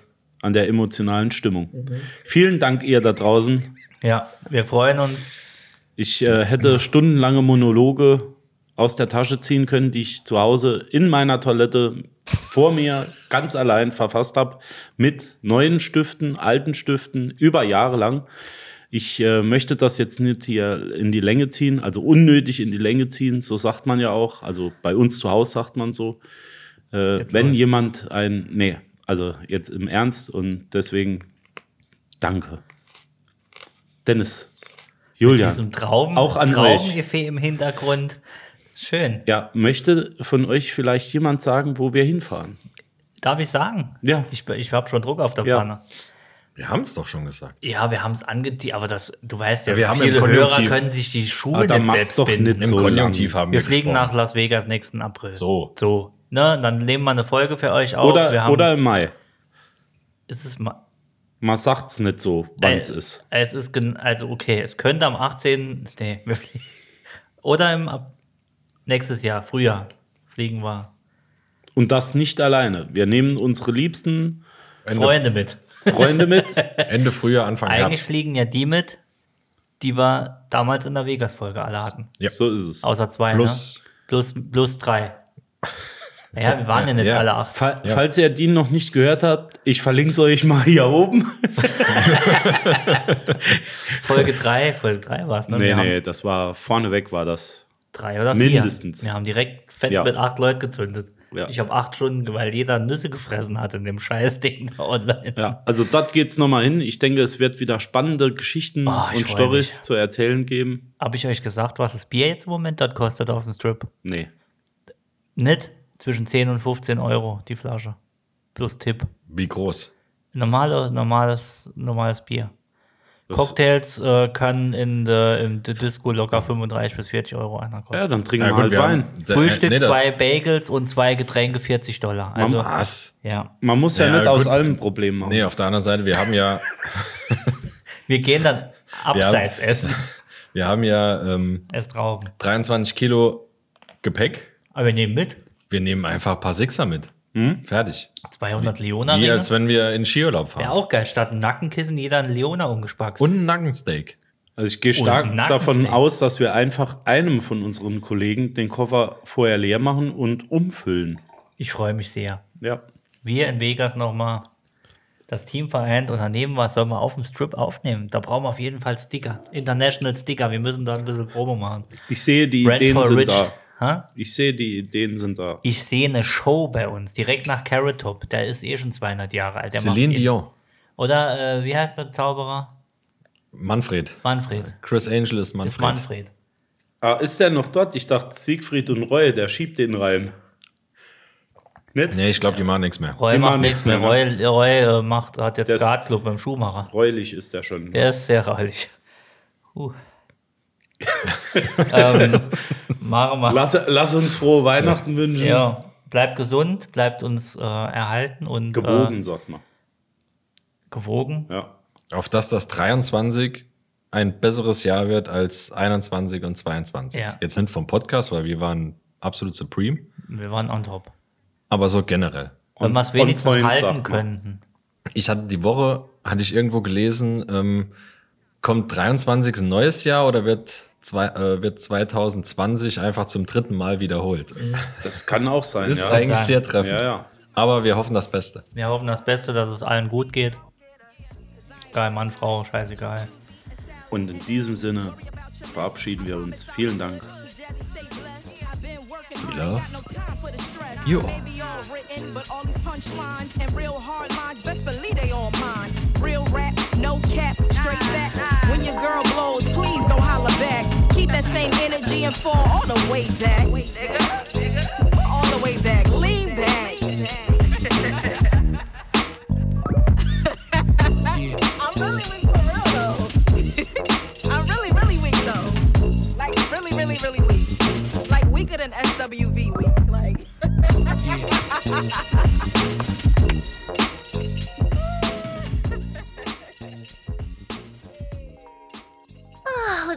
C: an der emotionalen Stimmung. Vielen Dank, ihr da draußen.
A: ja, wir freuen uns.
C: Ich äh, hätte stundenlange Monologe aus der Tasche ziehen können, die ich zu Hause in meiner Toilette vor mir ganz allein verfasst habe, mit neuen Stiften, alten Stiften, über Jahre lang. Ich äh, möchte das jetzt nicht hier in die Länge ziehen, also unnötig in die Länge ziehen, so sagt man ja auch. Also bei uns zu Hause sagt man so. Äh,
A: Jetzt
C: wenn
A: läuft.
C: jemand ein. Nee, also jetzt im Ernst und deswegen danke. Dennis, Julian.
A: diesem Traum,
C: Auch an euch.
A: Traumgefäß im Hintergrund. Schön.
C: Ja, möchte von euch vielleicht jemand sagen, wo wir hinfahren?
A: Darf ich sagen?
C: Ja.
A: Ich, ich habe schon Druck auf der
C: Ja.
A: Pfanne.
B: Wir haben es doch schon gesagt.
A: Ja, wir haben es angeteasert, aber das, du weißt ja,
B: Ja, wir haben
A: viele
B: im
A: Hörer
B: Konjunktiv.
A: können sich die Schuhe
C: Ah, dann
A: nicht
C: mach's
A: selbst
C: doch
A: binden.
C: nicht.
B: Im
C: So
B: Konjunktiv
C: lang.
B: haben wir
A: Wir fliegen nach
B: gesprochen.
A: Las Vegas nächsten April.
B: So.
A: So. Ne, dann nehmen wir eine Folge für euch auf. wir
C: Oder,
A: haben,
C: oder im Mai.
A: ist es mal.
C: Man sagt's nicht so,
A: Äh,
C: wann's ist.
A: Es ist, gen- also okay, es könnte am 18. Nee, wir fliegen. [LAUGHS] Oder im Ab- nächstes Jahr, Frühjahr, fliegen wir
C: Und das nicht alleine. Wir nehmen unsere liebsten
B: Ende,
A: Freunde mit.
C: Freunde mit.
A: [LAUGHS]
B: Ende Frühjahr, Anfang
A: Eigentlich
B: Herbst.
A: fliegen ja die mit, die wir damals in der Vegas-Folge alle hatten.
B: Ja.
C: So ist es.
A: Außer zwei.
B: Plus-
A: ne? plus, plus
B: [LAUGHS]
A: drei. Ja, wir waren ja nicht
B: Ja.
A: alle acht.
C: Fa Falls ihr die noch nicht gehört habt, ich verlinke euch mal [LAUGHS] hier oben.
A: Folge drei, Folge drei war es, ne?
C: Nee,
A: wir haben
C: nee, das war vorneweg war das.
A: drei oder vier.
C: mindestens.
A: Wir haben direkt fett
C: Ja.
A: mit acht Leuten gezündet.
C: Ja.
A: Ich habe acht Stunden, weil jeder Nüsse gefressen hat in dem scheiß Ding da online.
C: Ja, also dort geht's nochmal hin. Ich denke, es wird wieder spannende Geschichten
A: Oh, ich
C: und
A: freu
C: Stories zu erzählen geben.
A: Habe ich euch gesagt, was das Bier jetzt im Moment dort kostet auf dem Strip?
C: Nee.
A: Nicht zwischen 10 und 15 Euro die Flasche. Plus Tipp.
B: Wie groß?
A: Normale, normales, normales Bier.
C: Das-
A: Cocktails äh, können in der, im D- Disco locker 35 bis 40 Euro einer kosten.
C: Ja, dann trinken
B: Ja,
C: wir halt
B: wir haben-
C: Wein.
B: da- äh,
A: Frühstück,
B: nee, da-
A: zwei Bagels und zwei Getränke 40 Dollar. Also,
B: Was?
A: ja.
C: Man muss ja,
B: Ja,
C: nicht aus
B: gut.
C: allem Probleme machen.
B: Nee, auf der anderen Seite, wir haben ja,
A: Wir gehen dann abseits essen.
B: wir haben ja ähm,
A: Erst Trauben.
B: 23 Kilo Gepäck.
A: Aber wir nehmen mit.
B: Wir nehmen einfach ein paar Sechser mit. Fertig.
A: 200
B: Wie
A: Leona.
B: als wenn wir in Skiurlaub fahren.
A: Wäre auch geil. Statt ein Nackenkissen jeder ein Leona umgespackt.
B: Und ein Nackensteak.
C: Also ich gehe stark
A: Nackensteak.
C: davon aus, dass wir einfach einem von unseren Kollegen den Koffer vorher leer machen und umfüllen.
A: Ich freue mich sehr.
C: Ja.
A: wir in Vegas nochmal das Team vereint und daneben was sollen wir auf dem Strip aufnehmen. Da brauchen wir auf jeden Fall Sticker. International Sticker. Wir müssen da ein bisschen Promo machen.
C: Ich sehe, die
A: Brand
C: Ideen
A: for
C: sind
A: Rich.
C: da.
A: Ha?
C: Ich sehe, die Ideen sind da.
A: Ich sehe eine Show bei uns, direkt nach Carrot Top. Der ist eh schon 200 Jahre alt. Der macht
B: Celine
A: eh-
B: Dion.
A: Oder äh, wie heißt der Zauberer?
B: Manfred.
A: Manfred.
B: Chris Angel ist Manfred.
A: Ist Manfred.
C: Ah, ist der noch dort? Ich dachte, Siegfried und Reue, der schiebt den rein. Nicht?
B: Nee, ich glaube, die machen nichts mehr.
A: Roy
C: Die
A: macht
C: machen
A: nichts
C: nichts
A: mehr. Roy,
C: mehr,
A: Roy äh, macht, hat jetzt
C: Der ist-
A: Skatclub beim Schuhmacher.
C: Reulich ist der schon.
A: Der ist sehr reulich. Uh. [LAUGHS] ähm, machen wir.
C: Lass, lass uns frohe Weihnachten wünschen.
A: Ja, bleibt gesund, bleibt uns äh, erhalten und
C: Gewogen,
A: Äh,
C: sagt man.
A: gewogen.
C: Ja.
B: Auf dass das 23 ein besseres Jahr wird als 21 und 22.
A: Ja.
B: Jetzt nicht vom Podcast, weil wir waren absolut supreme,
A: Wir waren on top.
B: aber so generell.
A: Wenn
C: On-
A: wir es
C: on
A: wenigstens
C: point, sagt
A: halten
C: man.
A: könnten.
B: Ich hatte die Woche, hatte ich irgendwo gelesen, ähm, kommt 23 ein neues Jahr oder wird, zwei, äh, wird 2020 einfach zum dritten Mal wiederholt?
A: Mhm.
C: Das kann auch sein,
B: Ist
C: ja.
B: eigentlich
A: sein.
B: sehr treffend.
C: Ja, ja.
B: Aber wir hoffen das Beste.
A: Wir hoffen das Beste, dass es allen gut geht. Geil, Mann, Frau, scheißegal.
C: Und in diesem Sinne verabschieden wir uns. Vielen Dank.
D: We
B: love
D: you
B: all.
D: all written, but all these punchlines and real hard lines, best believe they all mine. Real rap, no cap, straight facts. When your girl blows, please don't holler back. Keep that same energy and fall all the way back. All the way back, lean back. [LAUGHS] I'm really weak for real though. [LAUGHS] I'm really, really weak though. Like really, really, really weak. Like weaker than SWV weak. Like.
E: Oh,